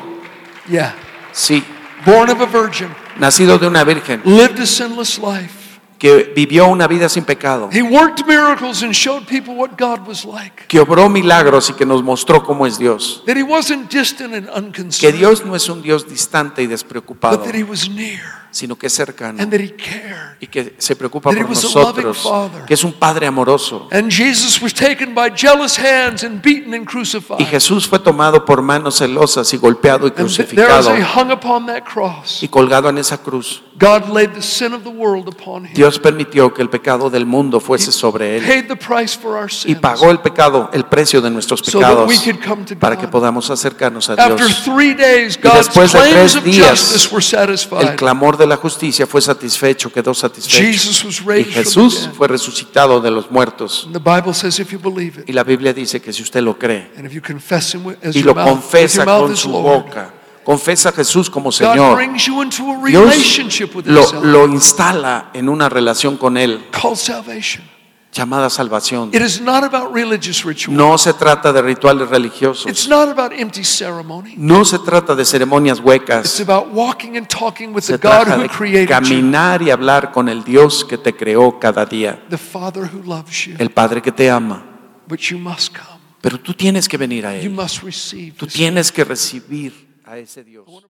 Speaker 1: Yeah.
Speaker 2: sí,
Speaker 1: Born of a virgin,
Speaker 2: nacido de una virgen,
Speaker 1: lived a sinless life.
Speaker 2: que vivió una vida sin pecado,
Speaker 1: He worked miracles and showed people what God was like.
Speaker 2: que obró milagros y que nos mostró cómo es Dios.
Speaker 1: That He wasn't distant and
Speaker 2: Que
Speaker 1: unconcerned,
Speaker 2: Dios no es un Dios distante y
Speaker 1: but
Speaker 2: despreocupado,
Speaker 1: that He was near
Speaker 2: sino que es cercano
Speaker 1: and that He cared.
Speaker 2: y que se preocupa
Speaker 1: that he
Speaker 2: por
Speaker 1: was a loving
Speaker 2: nosotros,
Speaker 1: father.
Speaker 2: que es un Padre amoroso.
Speaker 1: And Jesus was taken by jealous hands and beaten and
Speaker 2: Y
Speaker 1: crucified.
Speaker 2: Jesús fue tomado por manos celosas y golpeado y
Speaker 1: And th- there as
Speaker 2: crucificado
Speaker 1: He hung upon that cross,
Speaker 2: y colgado en esa cruz.
Speaker 1: God laid the sin of the world upon Him.
Speaker 2: Dios permitió que el pecado del mundo fuese sobre él
Speaker 1: paid the price for our
Speaker 2: y
Speaker 1: sins.
Speaker 2: pagó el pecado, el precio de nuestros
Speaker 1: So that
Speaker 2: pecados
Speaker 1: we could come to
Speaker 2: para
Speaker 1: God.
Speaker 2: que podamos acercarnos a
Speaker 1: After
Speaker 2: Dios.
Speaker 1: three days, God's
Speaker 2: después de
Speaker 1: claims
Speaker 2: tres
Speaker 1: of
Speaker 2: días,
Speaker 1: justice were
Speaker 2: El
Speaker 1: satisfied.
Speaker 2: clamor de la justicia fue satisfecho, quedó satisfecho.
Speaker 1: Jesus was
Speaker 2: Y
Speaker 1: raised from
Speaker 2: Jesús
Speaker 1: the dead.
Speaker 2: fue resucitado de los muertos.
Speaker 1: And the Bible says, if you believe it,
Speaker 2: Y la Biblia dice que si usted lo cree
Speaker 1: and if you confess Him with, as
Speaker 2: y
Speaker 1: your
Speaker 2: lo
Speaker 1: mouth, with your
Speaker 2: confesa
Speaker 1: mouth
Speaker 2: con
Speaker 1: as
Speaker 2: su
Speaker 1: Lord,
Speaker 2: boca, confesa a Jesús como
Speaker 1: God
Speaker 2: Señor,
Speaker 1: brings you into a
Speaker 2: Dios
Speaker 1: relationship with
Speaker 2: lo,
Speaker 1: Himself
Speaker 2: lo instala en una relación con Él
Speaker 1: called salvation.
Speaker 2: llamada salvación.
Speaker 1: It is not about religious ritual.
Speaker 2: No se trata de rituales
Speaker 1: It's
Speaker 2: religiosos.
Speaker 1: not about empty ceremony.
Speaker 2: No se trata de ceremonias
Speaker 1: It's
Speaker 2: huecas.
Speaker 1: about walking and talking with the
Speaker 2: Se
Speaker 1: God
Speaker 2: trata
Speaker 1: who
Speaker 2: de
Speaker 1: created you,
Speaker 2: caminar y hablar con el Dios que te creó cada día,
Speaker 1: the Father who loves you.
Speaker 2: el Padre que te ama.
Speaker 1: But you must come.
Speaker 2: Pero tú tienes que venir a
Speaker 1: You
Speaker 2: Él.
Speaker 1: must receive.
Speaker 2: Tú
Speaker 1: this
Speaker 2: tienes que recibir a ese Dios.